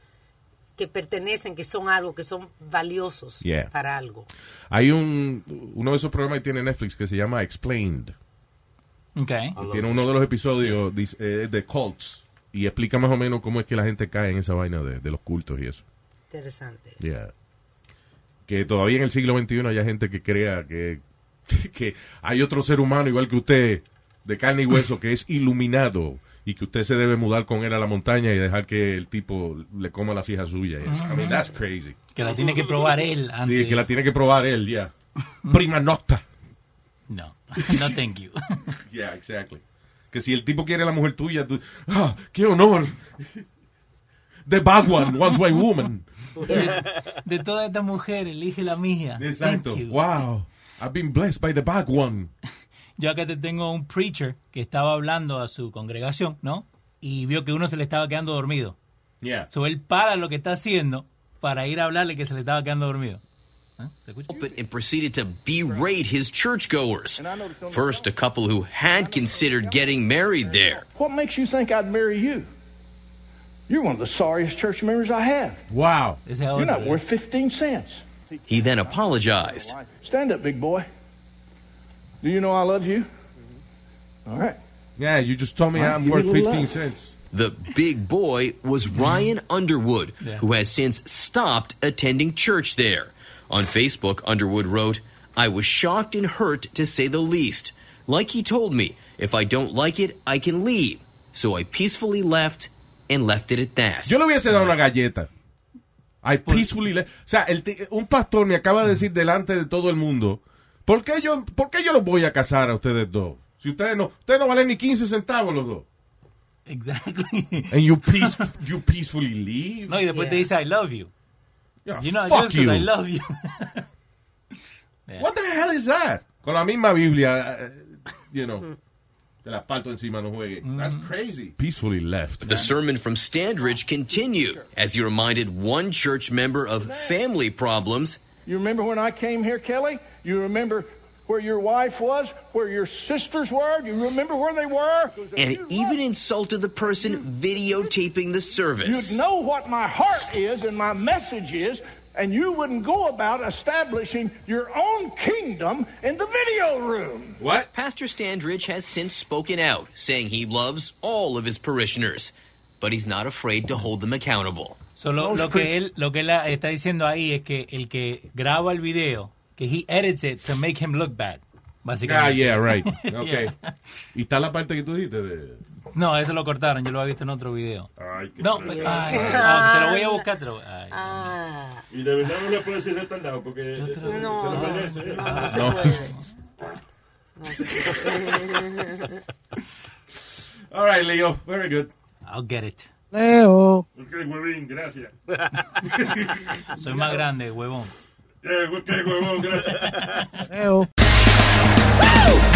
que pertenecen, que son algo, que son valiosos Yeah. para algo. Hay un, uno de esos programas que tiene Netflix que se llama Explained. Okay. Tiene uno de los episodios dice, eh, de Cults y explica más o menos cómo es que la gente cae en esa vaina de, de los cultos y eso. Interesante. Yeah. Que todavía en el siglo XXI hay gente que crea que, que hay otro ser humano igual que usted, de carne y hueso, que es iluminado y que usted se debe mudar con él a la montaña y dejar que el tipo le coma las hijas suyas. y eso. I mean, that's crazy. Que la tiene que probar él antes. Sí, que la tiene que probar él, ya. Prima nocta. No, no thank you. Yeah, exactly. Que si el tipo quiere a la mujer tuya, tú, ah, qué honor. The bad one, once white woman. De, de toda esta mujer, elige la mía. Exacto. Thank you. Wow. I've been blessed by the bad one. Yo acá te tengo un preacher que estaba hablando a su congregación, ¿no? Y vio que uno se le estaba quedando dormido. Yeah. So él para lo que está haciendo para ir a hablarle que se le estaba quedando dormido. pulpit and proceeded to berate his churchgoers. First, a couple who had considered getting married there. What makes you think I'd marry you? You're one of the sorriest church members I have. Wow. You're not worth 15 cents. He then apologized. Stand up, big boy. Do you know I love you? All right. Yeah, you just told me Ah, Why I'm you worth little 15 love? cents. The big boy was Ryan Underwood, Yeah. who has since stopped attending church there. On Facebook, Underwood wrote, I was shocked and hurt to say the least. Like he told me, if I don't like it, I can leave. So I peacefully left and left it at that. Yo le hubiese dado una galleta. I peacefully le- O sea, el ti- un pastor me Mm. acaba de decir delante de todo el mundo, ¿por qué yo, por qué yo los voy a casar a ustedes dos? Si ustedes no, ustedes no valen ni 15 centavos los dos. Exactly. And you, peace, you peacefully leave. No, y después te dice, I love you. Yeah, you know, fuck just 'cause you. I love you. What the hell is that? Con la misma Biblia, eh, you know, te la parto encima, no juegue. That's Mm. crazy. Peacefully left. The sermon from Standridge continued as he reminded one church member of family problems You remember when I came here, Kelly? You remember where your wife was, where your sisters were? You remember where they were? and even insulted the person videotaping the service. You'd know what my heart is and my message is, and you wouldn't go about establishing your own kingdom in the video room. What? Pastor Standridge has since spoken out, saying he loves all of his parishioners, but he's not afraid to hold them accountable. So, lo, lo que él, lo que él está diciendo ahí es que el que graba el video, que he edits it to make him look bad. Básicamente. Ah, yeah, right. Okay. Y está la parte que tú dijiste de... No, eso lo cortaron, yo lo había visto en otro video. no, triste. pues, ay, no, te lo voy a buscar. Te lo, ay. Y de verdad no le puedo decir retardado porque eh, se lo merece. ¿eh? All right, Leo. Very good. I'll get it. Leo. Ok, huevín, gracias. Soy más grande, huevón. Eh, ok, huevón, gracias.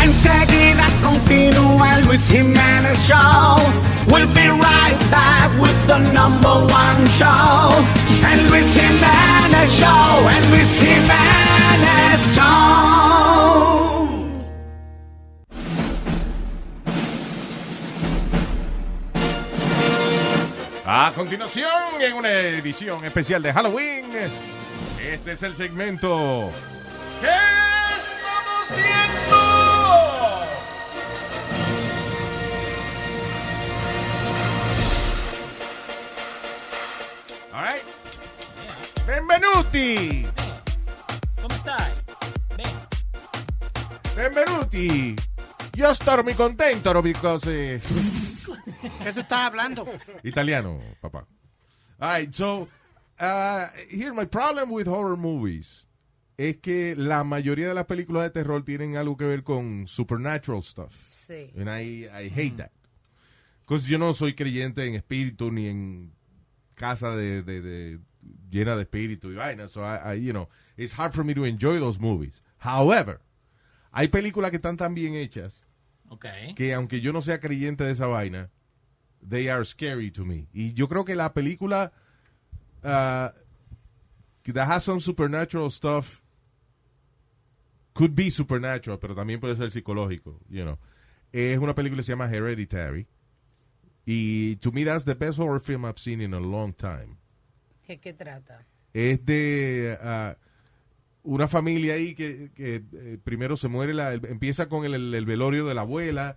Enseguida continúa el Luis Jiménez Show. We'll be right back with the number one show. El Luis Jiménez Show. El Luis Jiménez Show. A continuación, en una edición especial de Halloween, este es el segmento. ¿Qué estamos viendo? All right. Benvenuti. ¿Cómo estás? Benvenuti. Yo estoy muy contento because eh, ¿Qué tú estás hablando? italiano, papá. All right, so uh, here my problem with horror movies es que la mayoría de las películas de terror tienen algo que ver con supernatural stuff. Sí. And I, I Mm. hate that. Because yo no soy creyente en espíritu ni en casa de, de- de- llena de espíritu y vaina. So I, I, you know, it's hard for me to enjoy those movies. However, hay películas que están tan bien hechas Ok. que aunque yo no sea creyente de esa vaina, they are scary to me. Y yo creo que la película uh, that has some supernatural stuff could be supernatural, pero también puede ser psicológico, you know. Es una película que se llama Hereditary. Y to me that's the best horror film I've seen in a long time ¿De qué trata? es de ah, una familia ahí que, que, eh, primero se muere, la, el- empieza con el, el- el velorio de la abuela,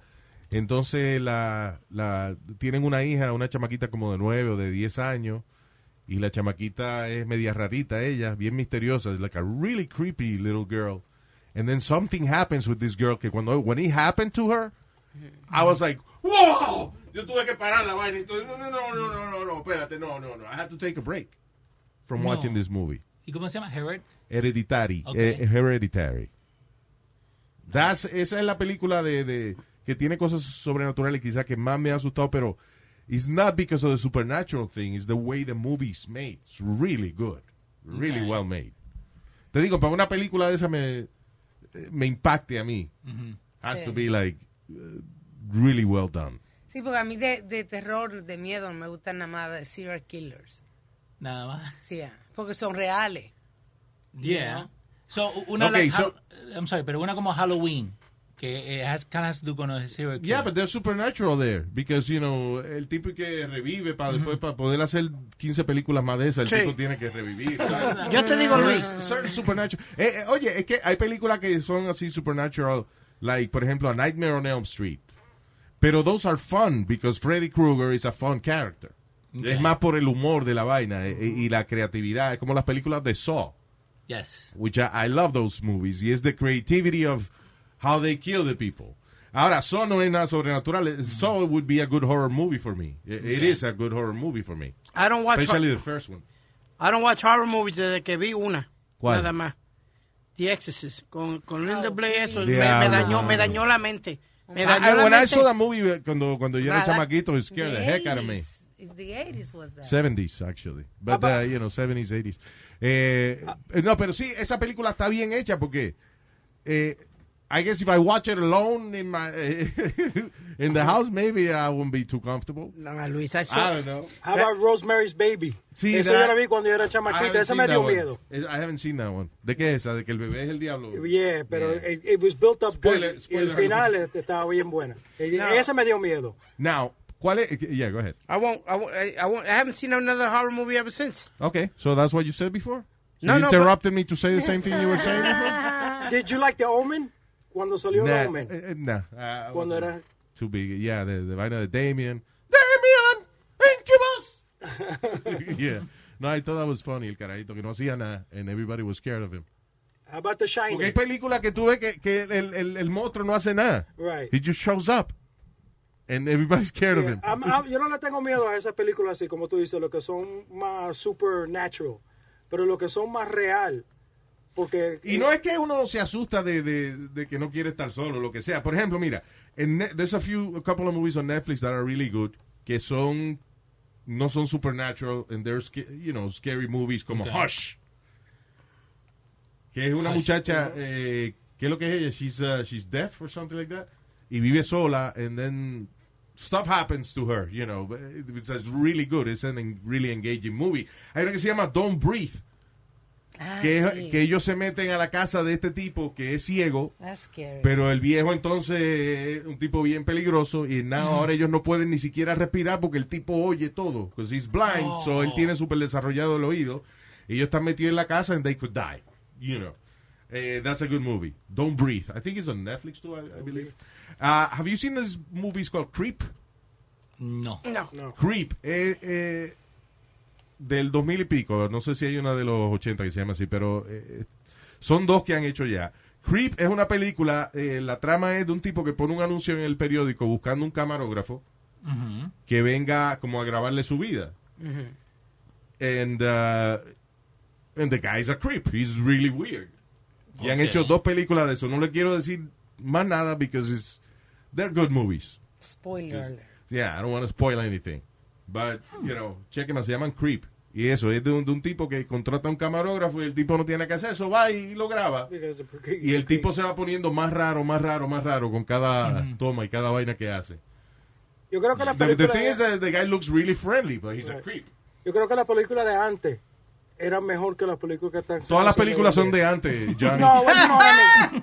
entonces la, la- tienen una hija, una chamaquita como de 9 o de 10 años, y la chamaquita es media rarita ella, bien misteriosa, es like a really creepy little girl. And then something happens with this girl que cuando when it happened to her, I was like, wow, yo tuve que parar la vaina. Entonces, no, no, no, no, no, no, no, espérate, no, no, no. I had to take a break. From No. watching this movie. ¿Y cómo se llama? Herbert. Hereditary. Ok. eh, hereditary. That's- esa es la película de, de- que tiene cosas sobrenaturales quizás que más me ha asustado, pero it's not because of the supernatural thing, it's the way the movie's made. It's really good. Really Ok. well made. Te digo, para una película de esa me, eh, me impacte a mí, Ujú. has Sí. to be like uh, really well done. Sí, porque a mí de, de terror, de miedo, me gustan nada más de serial killers. Nada más. Sí, ah, porque son reales. Yeah. So, una Ok, like so- Hall- I'm sorry, pero una como Halloween, que eh, has, kind of has to do con los Yeah, serial killer. but there's supernatural there because you know el tipo que revive para después para poder hacer 15 películas más de esas, el Sí. tipo tiene que revivir. ¿sabes? Yo te digo, Certain- Luis. certain supernatural. Eh, eh, oye, es que hay películas que son así supernatural, like por ejemplo A Nightmare on Elm Street. Pero those are fun because Freddy Krueger is a fun character. Ok. Es más por el humor de la vaina eh, eh, y la creatividad, es como las películas de Saw Yes. which I, I love those movies, y es the creativity of how they kill the people. Ahora, Saw no es nada sobrenatural. Saw would be a good horror movie for me. I- It Yeah. is a good horror movie for me. I don't watch Especially hor- the first one. I don't watch horror movies desde que vi una. ¿Cuál? Nada más. The Exorcist. Con, con Linda Blair, eso me, me Diablo. dañó, me dañó la mente. Me dañó I- I- la Ah, when I mente. saw that movie eh, cuando, cuando yo era Nada. chamaquito, it scared the heck out of me. The 80s was that. 70s, actually. But, uh, you know, 70s, 80s. Eh, eh, no, pero sí, esa película está bien hecha porque... eh, I guess if I watch it alone in my eh, in the house, maybe I won't be too comfortable. No, Luis, I, I don't know. How about Rosemary's Baby? Sí, Eso that- yo la vi cuando yo era I haven't chamaquita. Esa seen me that dio one. miedo. Eh, I haven't seen that one. ¿De qué es esa? ¿De que el bebé es el diablo? Yeah, pero eh, Yeah. It, it was built up Spoiler- good. Y el spoiler. final eh, estaba bien buena. Eh, Esa me dio miedo. Now, ¿cuál es? Eh, Yeah, go ahead. I won't. I won't. I, I won't. I haven't seen another horror movie ever since. Okay, so that's what you said before? So No, you no, interrupted me to say the same thing you were saying before? Did you like The Omen? Cuando salió The Nah, Omen. eh, eh, nah. Ah, Cuando era... Too big. Yeah, the, the vaina de Damien. Damien, incubus. yeah. No, I thought that was funny, el carajito, que no hacía nada, and everybody was scared of him. How about The Shining? Porque hay películas que tú ves que, que el, el, el monstruo no hace nada. Right. He just shows up, and everybody's scared of Yeah, Ah, him. I'm- I'm- yo no le tengo miedo a esas películas así, como tú dices, lo que son más supernatural, pero lo que son más real. Porque Y no es que uno se asusta de, de- de que no quiere estar solo, lo que sea. Por ejemplo, mira, en Ne- there's a few, a couple of movies on Netflix that are really good, que son, no son supernatural, and they're, sca- you know, scary movies como Ok. Hush. Que es una Hush, muchacha, ¿no? eh, ¿qué es lo que es ella? She's, uh, she's deaf or something like that. Y vive sola, and then stuff happens to her, you know. but It's, it's really good, it's an en- really engaging movie. Hay una que se llama Don't Breathe Ah, que, es- que ellos se meten a la casa de este tipo que es ciego, That's scary. pero el viejo entonces es un tipo bien peligroso y nada, Ujú. ahora ellos no pueden ni siquiera respirar porque el tipo oye todo, because he's blind, so él tiene súper desarrollado el oído. Ellos están metidos en la casa and they could die, you know. Eh, that's a good movie. Don't breathe. I think it's on Netflix too, I, I believe. Uh, have you seen this movie? It's called Creep. No. No. Creep eh, eh, del 2000 y pico, no sé si hay una de los 80 que se llama así, pero eh, eh, son dos que han hecho ya. Creep es una película, eh, la trama es de un tipo que pone un anuncio en el periódico buscando un camarógrafo Ujú. que venga como a grabarle su vida. Mhm. And, uh, and the guy's a creep, he's really weird. Y han Ok. hecho dos películas de eso, no le quiero decir más nada because it's, they're good movies. Spoiler. Just- alert. Yeah, I don't want to spoil anything. But, Hmm. you know, chequen, se llaman Creep. Y eso, es de un, de un tipo que contrata un camarógrafo y el tipo no tiene que hacer eso, va y lo graba. Y el tipo se va poniendo más raro, más raro, más raro con cada toma y cada vaina que hace. Yo creo que la The, the película thing de, is that the guy looks really friendly, but he's a creep. yo creo que la película de antes era mejor que las películas que están Todas las haciendo películas hoy son de antes, en día. Johnny. No, bueno, no, I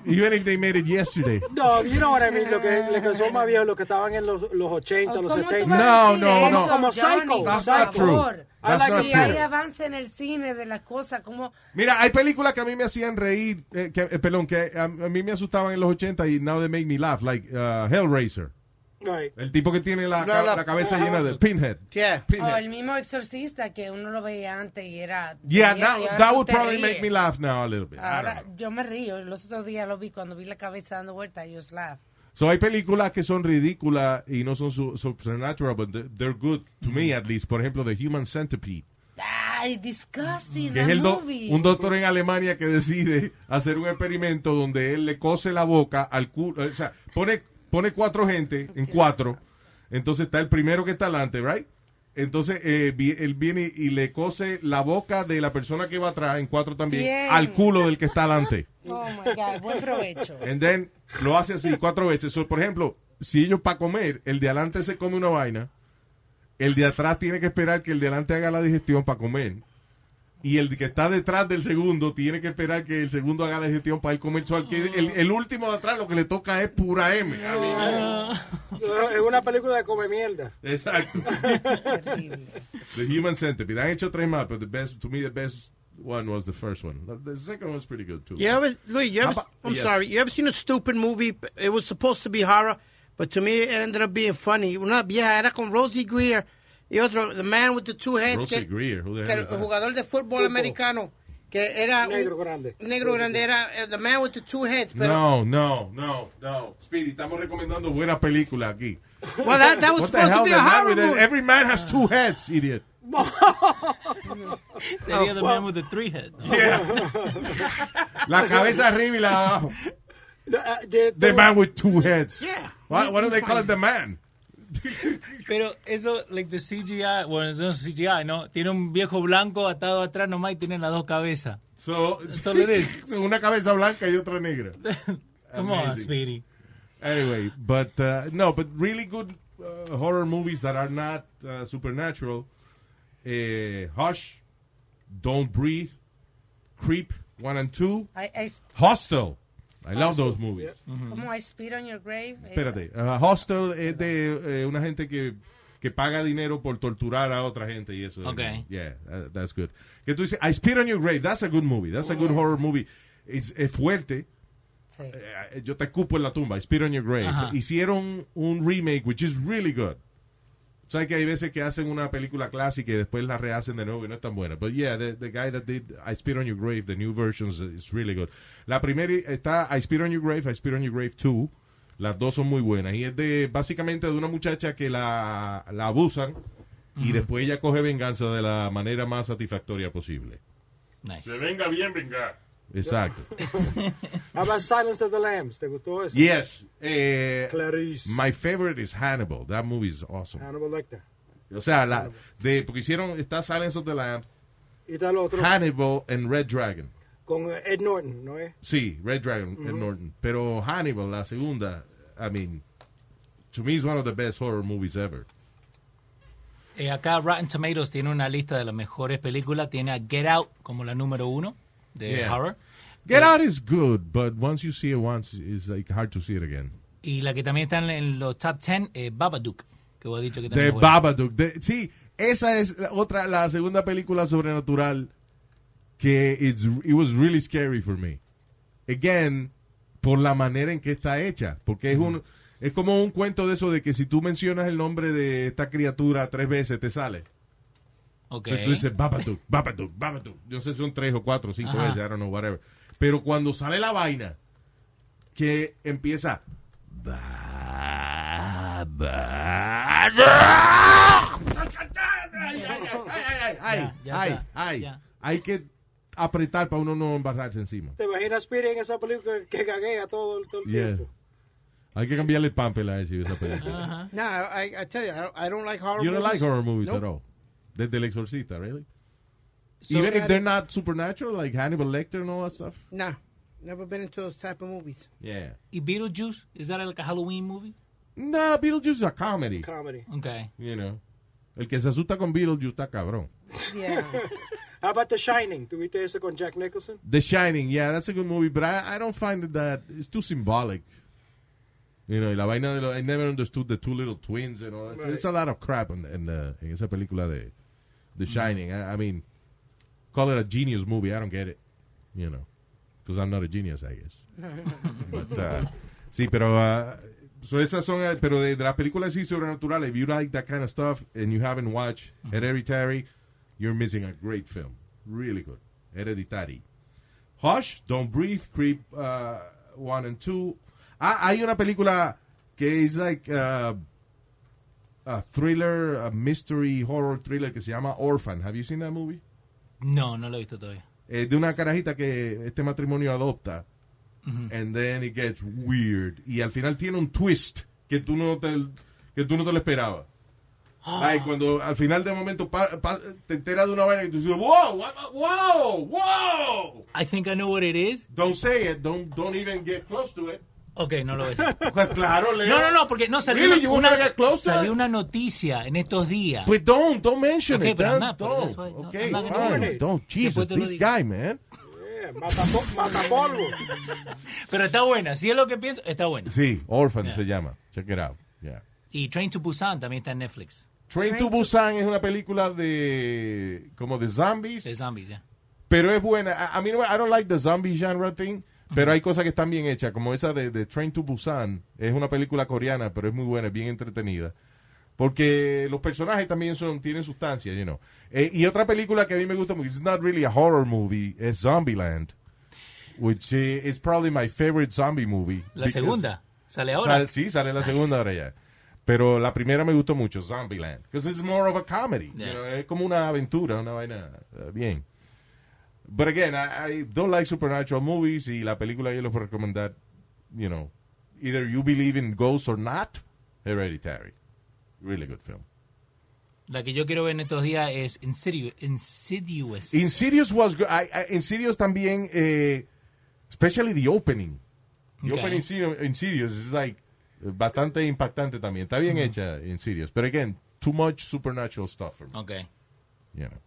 mean- Even if they made it yesterday. no, you know what I mean, lo que, lo que son más viejos, los que estaban en los, los 80, los 70. No, no, no. Como Johnny, Psycho. That's Psycho. not true. That's Like, not y true. hay avance en el cine de las cosas como Mira, hay películas que a mí me hacían reír, eh, que, eh, perdón, que a, a mí me asustaban en los 80 y now they make me laugh, like uh, Hellraiser. Right. El tipo que tiene la, No, ca- la- la cabeza ajá. llena de pinhead. o Pinhead. oh, el mismo exorcista que uno lo veía antes y era Yeah, y now, ahora that tú would te probably ríes. make me laugh now a little bit. I don't Ahora yo me río, los otros días lo vi cuando vi la cabeza dando vueltas, yo laugh. know. So hay películas que son ridículas y no son su- supernatural, but they're- they're good to me Mm-hmm. at least. Por ejemplo, The Human Centipede, Ay, disgusting. que es that el do- movie. un doctor en Alemania que decide hacer un experimento donde él le cose la boca al culo, o sea, pone pone cuatro gente en cuatro. Entonces está el primero que está adelante, right? Entonces eh, vi- él viene y le cose la boca de la persona que va atrás en cuatro también Bien. al culo del que está adelante. Oh my God, buen provecho. And then lo hace así cuatro veces. So, por ejemplo, si ellos para comer, el de adelante se come una vaina, el de atrás tiene que esperar que el de adelante haga la digestión para comer. Y el que está detrás del segundo tiene que esperar que el segundo haga la digestión para él comer. So, al que- el, el último de atrás lo que le toca es pura M. Es una película de come mierda. Exacto. The Human Centipede. Han hecho tres más, pero the best, to me the best one was the first one. The- The second one was pretty good too. You ever, Pues, Luis, you How ever, about- I'm Ah, yes. sorry, you ever seen a stupid movie? It was supposed to be horror, but to me it ended up being funny. Una vieja era con Rosie Greer y otro, the man with the two heads. Rosie que- Greer, who the que hell el is that? jugador de fútbol americano, que era Negro grande. Negro grande, era eh, the man with the two heads. Pero, No, no, no, no. Speedy, estamos recomendando buenas películas aquí. Well, that- that was What the supposed to hell be the a matter horror with that? movie. Every man has two heads, idiot. Sería the Well- man with the three head. La cabeza arriba y la abajo. No, ah, de- The man with two heads. Yeah. Why, why do they call it the man? Pero eso, like the CGI, bueno, no es CGI, ¿no? Tiene un viejo blanco atado atrás nomás y tiene las dos cabezas. So, That's all it is. Una cabeza blanca y otra negra. Come on, Amazing. Speedy. Anyway, but uh, no, but really good uh, horror movies that are not uh, supernatural. Uh, Hush, Don't Breathe, Creep one and two, I- I- Hostel. I love those movies. ¿Cómo I spit on your grave? Mm-hmm. Espérate, uh, Hostel es de eh, una gente que, que paga dinero por torturar a otra gente y eso. Ok. Yeah, that- that's good. Que tú dices, I Spit on Your Grave, that's a good movie, that's a good horror movie. It's- es fuerte. Eh, yo te escupo en la tumba, I Spit on Your Grave. Ajá. Hicieron un remake, which is really good. ¿Sabes que hay veces que hacen una película clásica y después la rehacen de nuevo y no es tan buena? But yeah, the, the guy that did I Spit on Your Grave, the new versions, uh, is really good. La primera está I Spit on Your Grave, I Spit on Your Grave 2. Las dos son muy buenas. Y es de básicamente de una muchacha que la, la abusan y después ella coge venganza de la manera más satisfactoria posible. Se venga bien, venga. Exacto. How about Silence of the Lambs? ¿Te gustó eso? Yes. eh, Clarice. My favorite is Hannibal. That movie is awesome. Hannibal Lecter. O sea, la, de, porque hicieron, está Silence of the Lambs, Y está el otro. Hannibal and Red Dragon. Con eh, Ed Norton, ¿no es? Sí, Red Dragon Ujú. and Norton. Pero Hannibal, la segunda, I mean, to me is one of the best horror movies ever. Eh, acá Rotten Tomatoes tiene una lista de las mejores películas. Tiene a Get Out como la número uno de Yeah. horror. Get Out is good, but once you see it once, it's like hard to see it again. Y la que también está en, en los top 10, eh, Babadook, que vos has dicho que también De es buena. Babadook. de- sí, esa es la otra, la segunda película sobrenatural que it's, it was really scary for me. Again, por la manera en que está hecha. Porque es un es como un cuento de eso de que si tú mencionas el nombre de esta criatura tres veces te sale. Ok. Entonces tú dices Babadook, Babadook, Babadook. Yo sé si son tres o cuatro o cinco Ajá. veces, I don't know, whatever. Pero cuando sale la vaina que empieza ay, Ya, ay, ya, ay. ya. Hay que apretar para uno no embarrarse encima. ¿Te imaginas Spirit en esa película que gaguea todo, el- todo el Yeah. tiempo? Hay que cambiarle el pamper a ese, esa película. No, I, I tell you, I don't, I don't like horror You movies. don't like horror movies Nope. at all. Desde El Exorcista, really? So- Even if they're not supernatural, like Hannibal Lecter and all that stuff? Nah, never been into those type of movies. Yeah. ¿Y Beetlejuice? ¿Es that like a Halloween movie? Nah, Beetlejuice is a comedy. Comedy. Okay. You know. El que se asusta con Beetlejuice está cabrón. How about The Shining? ¿Tuviste eso con Jack Nicholson? The Shining, yeah, that's a good movie, but I, I don't find it that it's too symbolic. You know, y la vaina de lo, I never understood the two little twins and all that. Right. There's a lot of crap in, in, uh, en esa película de The Shining. I, I mean, call it a genius movie. I don't get it. You know, because I'm not a genius, I guess. But, uh, sí, pero uh, so esas son, eh, pero de, de las películas así sobrenaturales, if you like that kind of stuff and you haven't watched Hereditary, you're missing a great film. Really good. Hereditary. Hush, Don't Breathe, Creep uh, One and Two. Ah, hay una película que es like uh, a thriller, a mystery horror thriller que se llama Orphan. Have you seen that movie? No, no lo he visto todavía. Eh, de una carajita que este matrimonio adopta. Ujú. And then it gets weird. Y al final tiene un twist que tú no te, que tú no te lo esperabas. Ay, cuando al final de momento pa- pa- te enteras de una vaina que tú dices, wow, what- wow, wow. I think I know what it is. Don't say it, don't, don't even get close to it. Pues Ok, no lo voy a decir. claro, Leo. No, no, no, porque no salió Really, you wanna una, get closer? salió una noticia en estos días. Pues don't, don't mention Okay, it. but I'm Don't, not, but don't. that's why- no, okay, I'm not gonna fine. do it. Don't, Jesus, Después te lo this digo. guy, man. Yeah, matapo- Matapolvo. Pero está buena, si es lo que pienso, está buena. Sí, Orphan Yeah. se llama. Check it out. Yeah. Y Train to Busan también está en Netflix. Train to Busan es una película de como de zombies, De zombies, ya. pero es buena. A, a mí no me- I don't like the zombie genre thing, pero hay cosas que están bien hechas, como esa de, de Train to Busan. Es una película coreana, pero es muy buena, es bien entretenida. Porque los personajes también son tienen sustancia, you know. Eh, y otra película que a mí me gusta mucho, it's not really a horror movie, es Zombieland, which eh, is probably my favorite zombie movie. La because- segunda, sale ahora. Sale- sí, sale la segunda ahora ya. Pero la primera me gustó mucho, Zombieland. Because it's more of a comedy. you Yeah. know, es como una aventura, una vaina eh, bien. But again, I, I don't like supernatural movies y la película yo les puedo recomendar, you know, either you believe in ghosts or not, Hereditary. Really good film. La que yo quiero ver en estos días es Insidious. Insidious. Insidious was good. I, I- Insidious también, eh, especially the opening. The Okay. opening Insidi- Insidious is like eh, bastante impactante también. Está bien hecha Insidious, pero again, too much supernatural stuff for me. Ok. you know.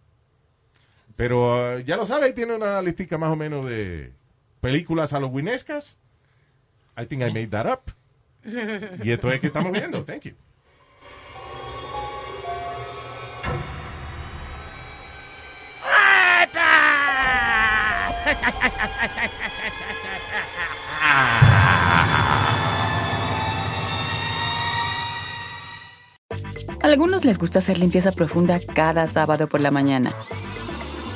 Pero eh, ya lo sabe, tiene una listica más o menos de películas halloweenescas. I think I made that up. Y esto es que estamos viendo. Thank you. Algunos les gusta hacer limpieza profunda cada sábado por la mañana.